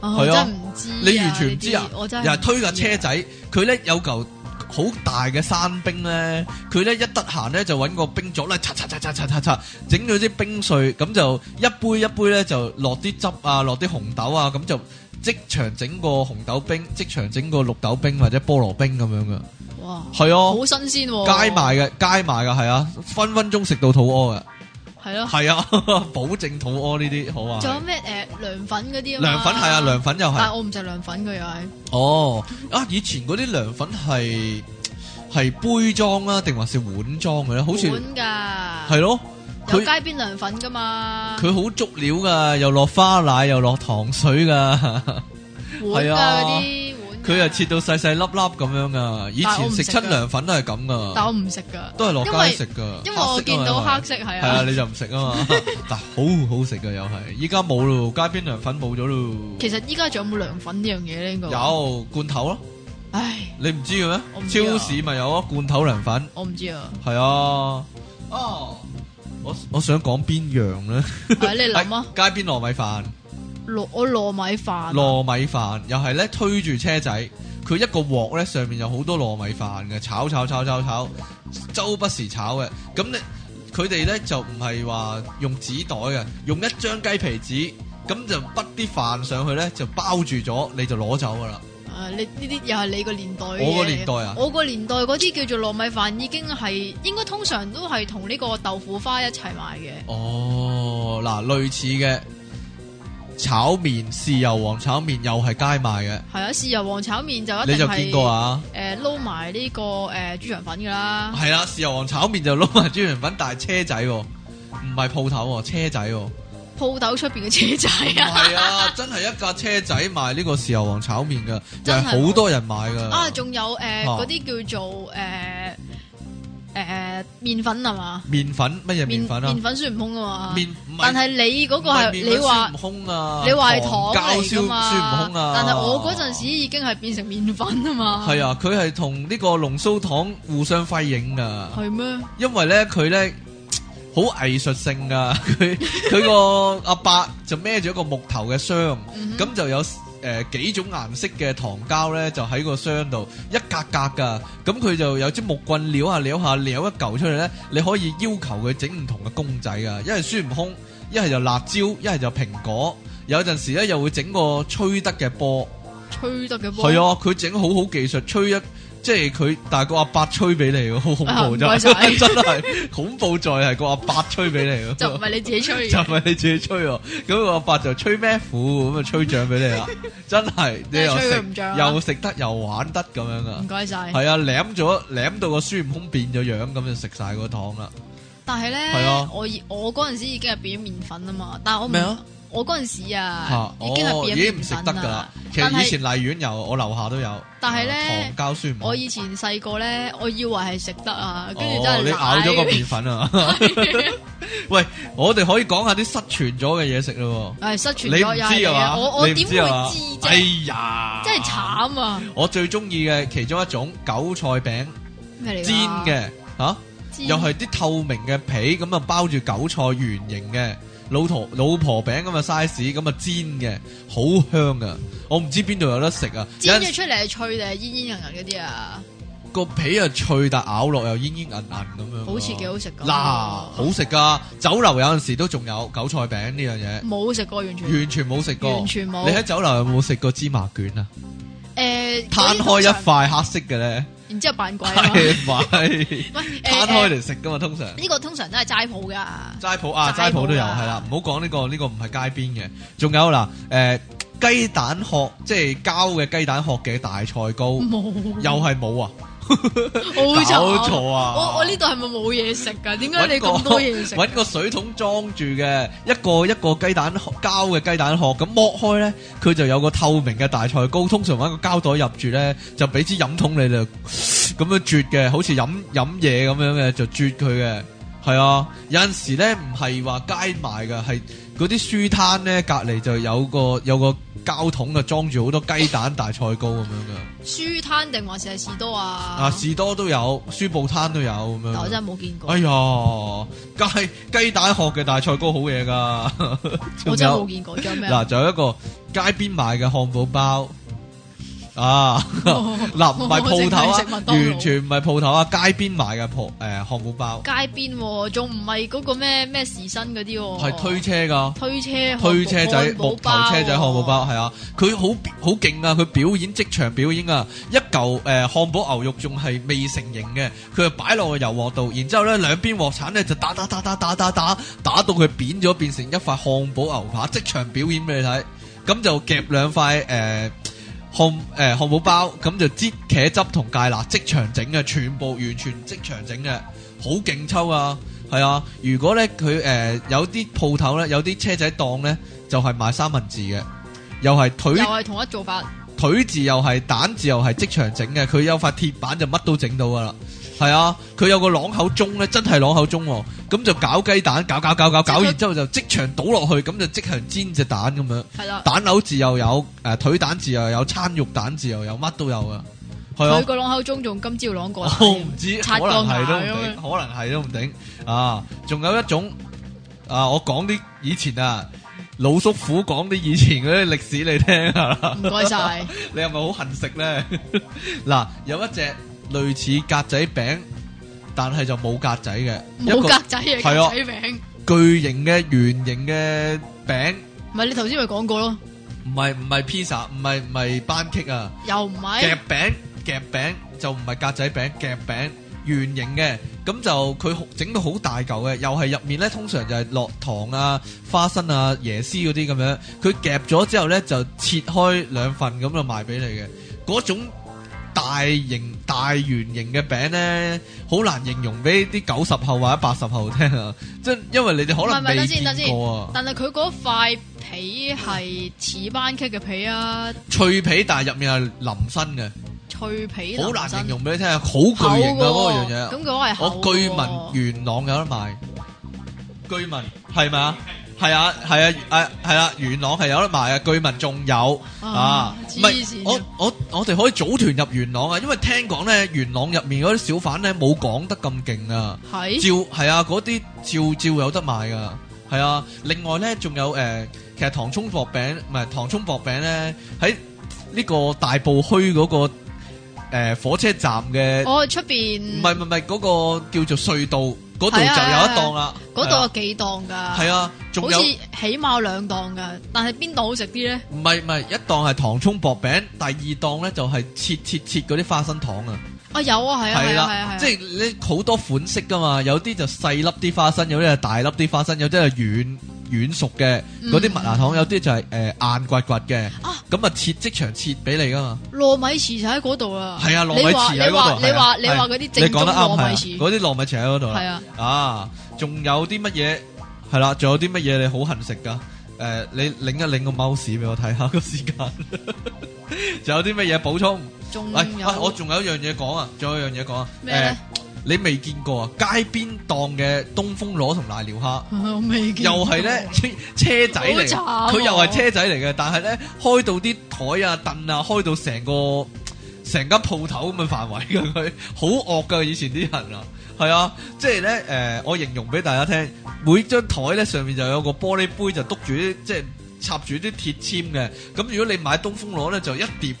B: 啊
A: 係
B: 我
A: 啊
B: 真唔知啊，
A: 你完全唔知啊
B: 呢啲我真
A: 又
B: 係
A: 係
B: 唔
A: 推架
B: 知啊
A: 車仔，佢咧有嚿好大嘅山冰咧，佢咧一得閒咧就揾個冰鑿咧，擦擦擦擦擦擦擦，整咗啲冰碎，咁就一杯一杯咧就落啲汁啊，落啲紅豆啊，咁就即場整個紅豆冰，即場整個綠豆冰或者菠蘿冰咁樣嘅，
B: 哇，
A: 係啊。
B: 好新鮮喎，
A: 街賣嘅，街賣嘅係啊，分分鐘食到肚屙嘅，
B: 係咯。
A: 係啊， 保證肚屙呢啲好啊。
B: 仲有咩誒涼粉嗰啲啊嘛？
A: 涼粉係啊，涼粉又
B: 但
A: 係。
B: 係我唔食涼粉嘅又係，
A: 哦，啊，以前嗰啲涼粉係係杯裝啊，定還是碗裝嘅咧？好似
B: 碗㗎，
A: 係咯，佢
B: 有啊街邊涼粉㗎嘛，
A: 佢好足料噶，又落花奶，又落糖水噶，
B: 碗
A: 係啊
B: 啊嗰啲碗
A: 佢又切到細細粒粒咁樣噶。以
B: 但我
A: 前
B: 唔
A: 食
B: 食
A: 親
B: 㗎
A: 涼粉都係咁
B: 但
A: 噶，
B: 我唔食噶，
A: 都係落
B: 因為
A: 街食噶。
B: 因為我
A: 黑色㗎
B: 見
A: 嘛
B: 到
A: 因為
B: 黑色係
A: 係啊，
B: 啊，
A: 你就唔食啊嘛。 但好好食噶又係，依家冇咯，街邊涼粉冇咗咯。
B: 其實依家仲有冇涼粉呢樣嘢咧？應該，
A: 有罐頭咯，
B: 唉，
A: 你唔知嘅咩
B: 我唔？知
A: 超
B: 啊
A: 市咪有啊，罐頭涼粉
B: 我唔知啊，
A: 係啊。哦，我我想講邊樣咧？
B: 係你諗 啊，
A: 係街邊糯米飯。
B: 糯我糯米飯啊，
A: 糯米飯又係咧推住車仔，佢一個鑊咧上面有好多糯米飯嘅，炒炒炒炒炒，周不時炒嘅。咁你佢哋咧就唔係話用紙袋嘅，用一張雞皮紙，咁就滗啲飯上去咧就包住咗，你就攞走噶啦。
B: 啊你呢啲又係你個年代嘅嘢，
A: 我個年代啊
B: 我個年代嗰啲叫做糯米飯已經係應該通常都係同呢個豆腐花一齊買嘅，
A: 哦，嗱，類似嘅炒麵，豉油黃炒麵又係街賣嘅，
B: 係啊，豉油黃炒麵就一
A: 你
B: 定
A: 就
B: 係
A: 見過啊？
B: 誒撈埋呢個誒豬腸粉㗎啦，
A: 系啦，豉油王炒麵就撈埋豬腸粉，但係車仔喎，唔係鋪頭喎，車仔喎，唔
B: 鋪頭出邊嘅車 仔啊，
A: 係 啊，真係一架車仔賣呢個豉油王炒麵噶，就
B: 真
A: 係
B: 係喎
A: 好多人買噶。
B: 啊仲有誒
A: 啊
B: 嗰啲叫做誒誒麵粉係嘛？
A: 麵粉乜嘢麵粉啊
B: 麵？粉孫悟空啊嘛，
A: 麵唔
B: 但
A: 係
B: 係你嗰
A: 唔
B: 個
A: 麵
B: 係
A: 粉
B: 你話
A: 孫悟空啊，
B: 你話係糖
A: 糖膠燒
B: 嚟噶
A: 孫
B: 嘛，
A: 悟空啊，
B: 但係我嗰陣時已經係變成麵粉啊嘛，
A: 係啊，佢係同呢個龍鬚糖互相輝映噶。
B: 係咩？
A: 因為咧佢咧好藝術性噶，佢佢個阿伯就孭住一個木頭嘅箱，咁、
B: 嗯哼
A: 就有誒、呃、幾種顏色嘅糖膠咧，就喺個箱度一格格噶，咁佢就有支木棍撩下撩下撩一嚿出嚟咧，你可以要求佢整唔同嘅公仔噶，一係孫悟空，一係就辣椒，一係就蘋果。有陣時咧，又會整個吹得嘅波，
B: 吹得嘅波
A: 係，啊，佢整好好技術，吹一即係佢，但係個阿伯吹俾你喎，好恐
B: 啊
A: 怖
B: 唔
A: 真
B: 該
A: 係，
B: 晒
A: 真係恐怖在係個阿伯吹俾你 喎，
B: 就唔係你自己吹
A: 就唔
B: 嘅，
A: 係你自己吹喎，咁個阿伯就吹咩苦咁啊吹獎俾你 啦，真係你又
B: 真係吹佢
A: 食
B: 唔漲啊嗯
A: 又食得又玩得咁樣噶
B: 唔，該晒。
A: 係啊舐咗舐到個孫悟空變咗樣咁就食晒個糖啦，
B: 但係
A: 係
B: 咧
A: 啊，
B: 我已我嗰陣時已經係變咗麵粉啊嘛，但係我
A: 咩
B: 唔
A: 啊，
B: 我嗰陣時啊
A: 嚇，
B: 已經係
A: 哦已
B: 變
A: 經
B: 咗
A: 唔食
B: 麵
A: 得
B: 粉
A: 㗎啦
B: 啦，，
A: 其
B: 但
A: 實以
B: 係
A: 前荔園有，我樓下都有，
B: 但係
A: 啊
B: 呢
A: 糖膠孫悟空
B: 我。以前細個咧，我以為係食得啊，跟住
A: 哦
B: 真係
A: 你咬咗個麵粉 啊！喂，我哋可以講下啲失傳咗嘅嘢食咯
B: 係失
A: 喎。
B: 傳
A: 你唔
B: 咗又係
A: 知
B: 你
A: 啊
B: 啊
A: 嘛？
B: 我我
A: 你唔
B: 點會
A: 知啊嘛
B: 知
A: 哎
B: 啫？
A: 呀，
B: 真係！慘啊！
A: 我最中意嘅其中一種韭菜餅，
B: 咩嚟㗎
A: 煎，嘅
B: 啊
A: 吓，
B: 煎
A: 又係啲透明嘅皮咁啊，包住韭菜圓形嘅老婆老婆餅咁嘅 size 咁啊煎嘅，好香噶！我唔知邊度有得食啊！有
B: 煎
A: 陣
B: 咗出嚟係脆定係煙煙韌韌嗰啲啊？
A: 個皮啊脆，但咬落又煙煙韌韌咁樣啊。
B: 好似幾好食咁。
A: 嗱，好食噶，酒樓有陣時都仲有韭菜餅呢
B: 冇食過完
A: 樣
B: 全
A: 嘢，。完全冇食過。
B: 完全冇
A: 你喺酒樓有冇食過芝麻卷啊？
B: 誒，
A: 攤
B: 嗰
A: 開一
B: 啲通常，
A: 塊黑色嘅咧，
B: 然之後扮鬼啊 嘛。
A: 係咪？
B: 喂， 誒
A: 攤開
B: 誒
A: 嚟食噶嘛，通常。
B: 呢個通常都係齋鋪㗎。
A: 齋鋪啊，
B: 齋
A: 齋
B: 鋪
A: 鋪都有，
B: 啊
A: 係啦，唔好講呢個，呢個唔係街邊嘅。仲有嗱，誒雞蛋殼，即係膠嘅雞蛋殼嘅大菜糕，
B: 嗯冇，
A: 又係冇啊，
B: 好
A: 搞
B: 慘。
A: 錯啊！
B: 我我呢度係咪冇嘢食㗎？點解
A: 搵
B: 你
A: 個
B: 咁多嘢食？
A: 搵個水桶裝住嘅一個一個雞蛋殼膠嘅雞蛋殼，咁剝開咧，佢就有個透明嘅大菜糕。通常搵個膠袋入住咧，就俾支飲筒你就 咁樣啜嘅，好似飲飲嘢咁樣嘅就啜佢嘅。係啊，有陣時咧唔係話街賣㗎，係嗰啲書攤咧隔離就有個有個膠桶啊，裝住好多雞蛋大菜糕咁樣嘅。
B: 書攤定還是係士多
A: 啊，
B: 啊？
A: 士多都有，書報攤都有咁樣
B: 但我
A: 嘅。
B: 真係冇見過
A: 哎。呀，雞雞蛋殼嘅大菜糕好嘢噶，
B: 我
A: 仲
B: 真係冇
A: 有
B: 見過，仲有咩啊
A: 嗱，？仲有一個街邊賣嘅漢堡包 啊，嗱唔係鋪頭
B: 我
A: 啊
B: 淨係食麥，當勞
A: 完全唔係鋪頭啊，街邊賣嘅鋪誒漢堡包
B: 街邊喎仲唔係嗰個咩咩時薪嗰啲喎？
A: 係推車噶。
B: 推車
A: 推車仔
B: 漢堡
A: 木頭車仔漢堡包
B: 喎，
A: 係啊，佢好好勁啊！佢表演即場表演啊，一嚿誒、呃、漢堡牛肉仲係未成型嘅，佢就擺落個油鑊度，然之後咧兩邊鑊鏟咧就打打打打打打打打到佢扁咗，變成一塊漢堡牛扒，即場表演俾你睇，咁就夾兩塊誒。呃漢誒、呃、漢堡包咁就擠茄汁同芥辣，即場整嘅，全部完全即場整嘅，好勁抽啊！係啊，如果咧佢誒有啲鋪頭咧，有啲車仔檔咧，就係、賣三文治嘅，又係腿
B: 又係同一做法，
A: 腿字又係蛋字又係即場整嘅，佢有塊鐵板就乜都整到噶啦。係啊，佢有個朗口鐘咧，真係朗口鐘喎。咁就搞雞蛋，搞搞搞搞搞，
B: 即係佢
A: 然之後就即場倒落去，咁就即場煎只蛋咁樣。
B: 系啦，
A: 蛋柳字又有，誒、腿蛋字又有，餐肉蛋字又有，乜都有噶。係啊
B: 佢。個朗口鐘仲今朝朗過
A: 我唔知，可
B: 刷個
A: 能係都唔
B: 牙咁
A: 定，可能係都唔定啊！仲有一種啊，我講啲以前啊，老叔父講啲以前嗰啲歷史你聽下
B: 唔，該。晒，
A: 你係咪好恨食咧？ 嗱，有一隻類似格仔餅，但係就冇格仔嘅，
B: 冇
A: 一個
B: 格仔嘅
A: 係啊
B: 格仔名，
A: 巨型嘅圓形嘅餅，
B: 唔係你頭先咪講過咯，
A: 唔係唔係 pizza，唔係唔係班戟啊！
B: 又唔
A: 夾
B: 係，
A: 餅夾餅就唔係格仔餅，夾餅圓形嘅，咁就佢好整到好大嚿嘅，又係入面呢，通常就係落糖啊、花生啊、椰絲嗰啲咁樣，佢夾咗之後呢，就切開兩份咁就賣俾你嘅，嗰種大型大圓形嘅餅呢，好難形容俾啲九十後或者八十後聽啊，即係因為你哋可能
B: 唔係唔係
A: 未
B: 等先等
A: 見
B: 先
A: 過啊，
B: 但係佢嗰塊皮係似班戟嘅皮啊，
A: 脆皮但係入面係淋身嘅，
B: 脆皮
A: 好難
B: 難
A: 形容俾你聽，好巨型啊嗰個樣嘢。
B: 咁佢話係
A: 我
B: 厚
A: 據
B: 嘅
A: 聞
B: 喎
A: 元朗有得賣，據聞係咪啊？係啊，係啊，誒係啦，元朗係有得賣啊，據聞仲有啊，唔
B: 黐
A: 係
B: 線
A: 我我我哋可以組團入元朗啊，因為聽講咧元朗入面嗰啲小販咧冇講得咁勁啊，照
B: 係
A: 係啊，嗰啲照照有得賣噶，係啊，另外咧仲有誒、呃其實糖葱薄餅唔係糖葱薄餅咧喺呢個大埔墟嗰、個、呃、火車站嘅。
B: 我出邊
A: 唔係唔係唔係嗰個叫做隧道嗰度就有
B: 係
A: 一
B: 啊
A: 檔啦，
B: 嗰度有幾檔㗎，
A: 啊係啊，仲
B: 好
A: 有
B: 似起碼兩檔㗎，但係邊檔好食啲咧？
A: 唔係唔係一檔係糖葱薄餅，第二檔咧就係切切切嗰啲花生糖啊，
B: 啊有啊係啊係啊係
A: 啦
B: 啊，，
A: 即係你好多款式噶嘛，有啲就細粒啲花生，有啲係大粒啲花生，有啲係軟軟熟嘅嗰啲
B: 嗯
A: 麥芽糖，有啲就係誒硬刮刮嘅
B: 啊，
A: 咁啊切即場切俾你噶嘛，
B: 糯米糍就喺嗰度啦。
A: 係啊糯
B: 你
A: 米糍
B: 話
A: 喺
B: 你
A: 嗰
B: 話
A: 度，
B: 你
A: 話
B: 話你話嗰啲
A: 你
B: 正
A: 講
B: 宗
A: 得啱
B: 糯
A: 係啊
B: 米糍
A: 嗰啲糯米糍喺嗰度啦
B: 係。啊，
A: 啊，仲有啲乜嘢係啦？仲有啲乜嘢你好恨食噶？誒、你擰一擰個 mouse 俾我睇下個時間。 仲有啲乜嘢補充？
B: 仲
A: 喂、
B: 嗯有
A: 喂我仲有一樣嘢講啊，仲有一樣嘢講啊。
B: 咩咧？
A: 你未見過啊？街邊檔嘅東風螺同瀨尿蝦，
B: 我未見
A: 又
B: 過
A: 係咧車仔嚟嘅，
B: 啊好慘喎啊
A: 佢又係車仔嚟嘅，但係咧開到啲台啊凳啊，開到成個成間鋪頭咁嘅範圍嘅佢，好惡㗎以前啲人啊，係啊，即係咧誒，我形容俾大家聽，每張台咧上面就有個玻璃杯就篤住啲即係插住啲鐵籤嘅，咁如果你買東風螺咧就一碟。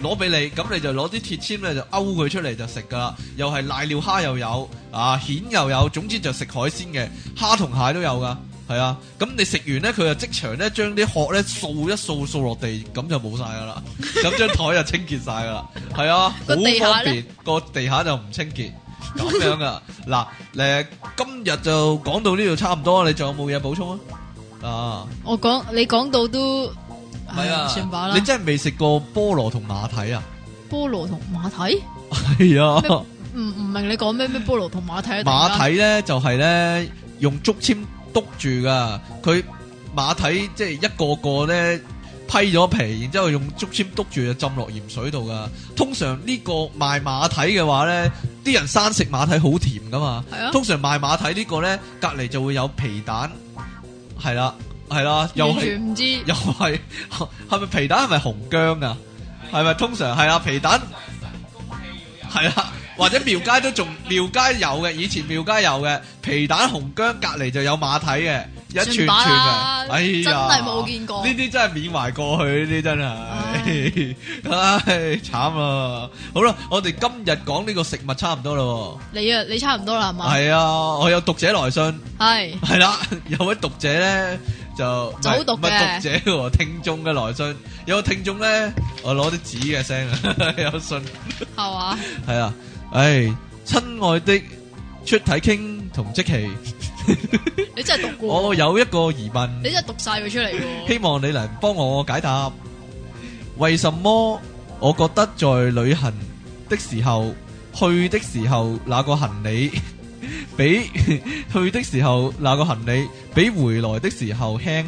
A: 攞俾你，咁你就攞啲鐵籤咧就勾佢出嚟就食噶啦，又係瀨尿蝦又有，啊蜆又有，總之就食海鮮嘅，蝦同蟹都有噶，係啊，咁你食完咧佢就即場咧將啲殼咧掃一掃掃落地，咁就冇晒噶 啦，咁張台就清潔晒噶啦，係啊，好
B: 個地下
A: 方
B: 呢
A: 便，個地下就唔清潔，咁樣噶，嗱誒今日就講到呢度差唔多，你仲有冇嘢補充啊？啊！
B: 我講你講到都
A: 唔係
B: 唉
A: 啊，
B: 算吧啦
A: 你。真係未食過菠蘿同馬蹄啊？
B: 菠蘿同馬蹄，
A: 係啊，
B: 唔唔明你講咩咩菠蘿同馬蹄啊？
A: 馬
B: 突然間
A: 蹄咧就係咧用竹籤篤住噶，佢馬蹄即係一個個咧批咗皮，然之後用竹籤篤住就浸落鹽水度噶。通常呢個賣馬蹄嘅話咧，啲人生食馬蹄好甜噶嘛。
B: 係啊
A: 通常賣馬蹄呢個咧，隔離就會有皮蛋，係啦，係啦，又
B: 完
A: 係。
B: 全唔知
A: 又係係咪皮蛋係咪紅姜啊？係咪通常係啊？皮蛋係啦，或者廟街都仲廟街有嘅，以前廟街有嘅皮蛋紅姜隔離就有馬蹄嘅，一串
B: 算
A: 串
B: 把啦
A: 嘅。哎呀，
B: 真係冇見過
A: 呢啲真係緬懷過去，呢啲真係，唉慘啊！好啦，我哋今日講呢個食物差唔多啦
B: 你啊，你差唔多啦係
A: 喎，
B: 嘛？
A: 係啊，我有讀者來信。
B: 係
A: 系啦， 有位讀者咧就唔
B: 就好
A: 係
B: 讀嘅
A: 唔係讀者喎，聽眾嘅來信，有個聽眾咧，我攞啲紙嘅聲啊， 有信
B: 係嘛？
A: 係啊，唉，親愛的出體傾同即期，
B: 你真係讀過，
A: 我有一個疑問，
B: 你真係讀晒佢出嚟 喎。
A: 希望你能幫我解答，為什麼我覺得在旅行的時候，去的時候那個行李 比去的時候那個行李比回來的時候輕，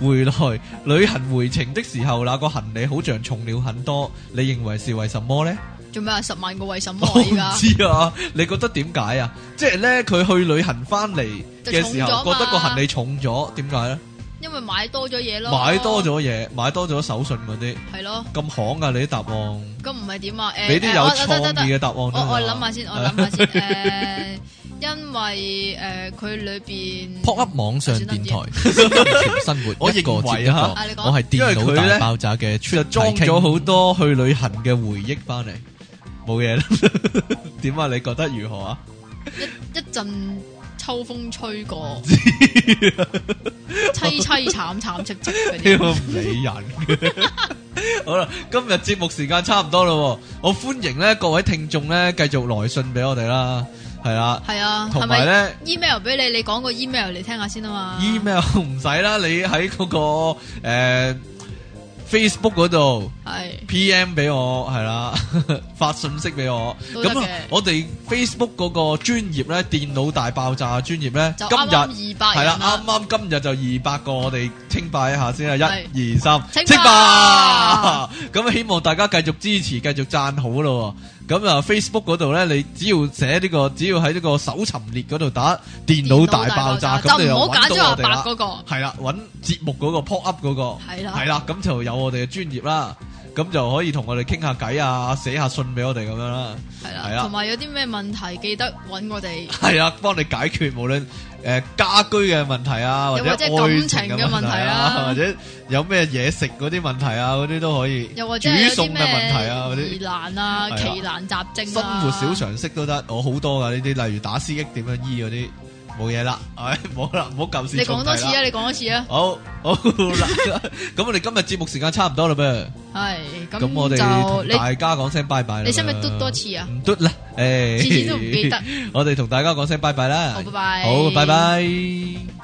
A: 回來旅行回程的時候，那個行李好像重了很多，你認為是為什麼呢？
B: 做咩啊？十萬個為什麼
A: 我
B: 啊
A: 唔
B: 依家
A: 知啊，你覺得點解啊？即係呢，佢去旅行翻嚟嘅時
B: 就重咗
A: 候，
B: 嘛
A: 覺得個行李重咗，點解呢？
B: 因為買多咗嘢咯，
A: 買多咗嘢，買多咗手信嗰啲，
B: 係咯，
A: 咁行噶你啲答案，
B: 咁唔係點啊？誒
A: 俾啲有
B: 誒我得得得
A: 創意嘅答案
B: 我我諗下
A: 下
B: 先，我諗下先。誒，因為誒佢裏邊
C: p o up 網上電台，生活
A: 我
C: 一個
A: 認為
C: 接一個，
A: 啊
B: 你講
C: 我係電
A: 因為佢
C: 腦
A: 呢
C: 大爆炸嘅
A: 就
C: 出
A: 裝咗好多去旅行嘅回憶翻嚟，冇 嘢啦。點啊？你覺得如何啊？
B: 一陣秋風吹 過，凄凄慘慘戚戚嗰
A: 呢
B: 啲。
A: 個唔理人嘅。好啦，今日節目時間差唔多啦，我歡迎咧各位聽眾咧繼續來信俾我哋啦，係啦，
B: 係啊，
A: 同
B: 係
A: 埋
B: 咪
A: 咧
B: email 俾你？你講個 email 嚟聽下先啊嘛。
A: email 唔使啦，你喺嗰個诶 Facebook 嗰度。
B: 係
A: P.M. 俾我係啦，發信息俾我。
B: 都得
A: 咁啊
B: 嘅
A: 我哋 Facebook 嗰個專頁咧，電腦大爆炸專頁咧，
B: 就
A: 今
B: 啱
A: 日
B: 啱二百
A: 係
B: 人啊
A: 啦，啱啱今日就二百個，我哋清拜一下先啊！一二三，
B: 清拜
A: 清拜！咁啊希望大家繼續支持，繼續讚好咯喎。咁啊，Facebook 嗰度咧，你只要寫呢個，只要喺呢個搜尋列嗰度打電腦大爆炸，
B: 電腦大爆炸
A: 咁你
B: 就唔好
A: 揾
B: 揀咗
A: 到
B: 阿
A: 我
B: 伯
A: 哋啦。
B: 嗰個。
A: 係啦，揾節目嗰個 pop up 嗰個。
B: 係啦
A: 系，啦，咁就有我哋嘅專業啦，咁就可以同我哋傾下偈啊，寫下信俾我哋咁樣啦，
B: 係
A: 係
B: 啦，
A: 啦
B: 同埋有啲咩問題記得揾我哋，
A: 係啦，幫你解決無論诶家居嘅問題啊，或
B: 又
A: 者
B: 或者感
A: 愛
B: 情
A: 情
B: 嘅問
A: 問
B: 題
A: 題
B: 啊
A: 或者有咩嘢食嗰啲問題啊，嗰啲都可以，
B: 又或
A: 煮
B: 者有啲
A: 餸嘅
B: 咩
A: 問題啊，嗰
B: 疑
A: 啲
B: 難啊、
A: 係啦
B: 奇難雜症
A: 生
B: 啊
A: 活小常識都得，我好多噶呢啲，例如打思噎點樣醫嗰啲，冇嘢啦，唉， 冇啦，唔好舊事
B: 你
A: 重
B: 講
A: 提
B: 多次啊！
A: 啦，
B: 你講多次啊！
A: 好好啦，咁我哋今日節目時間差唔多啦噃。
B: 係
A: 咁我哋
B: 就
A: 同
B: 你
A: 大家講聲拜拜啦。
B: 你使唔使嘟多次啊
A: 唔嘟啦，誒，
B: 次次都唔記得。
A: 我哋同大家講聲拜拜啦
B: 好，拜拜
A: 好，拜拜。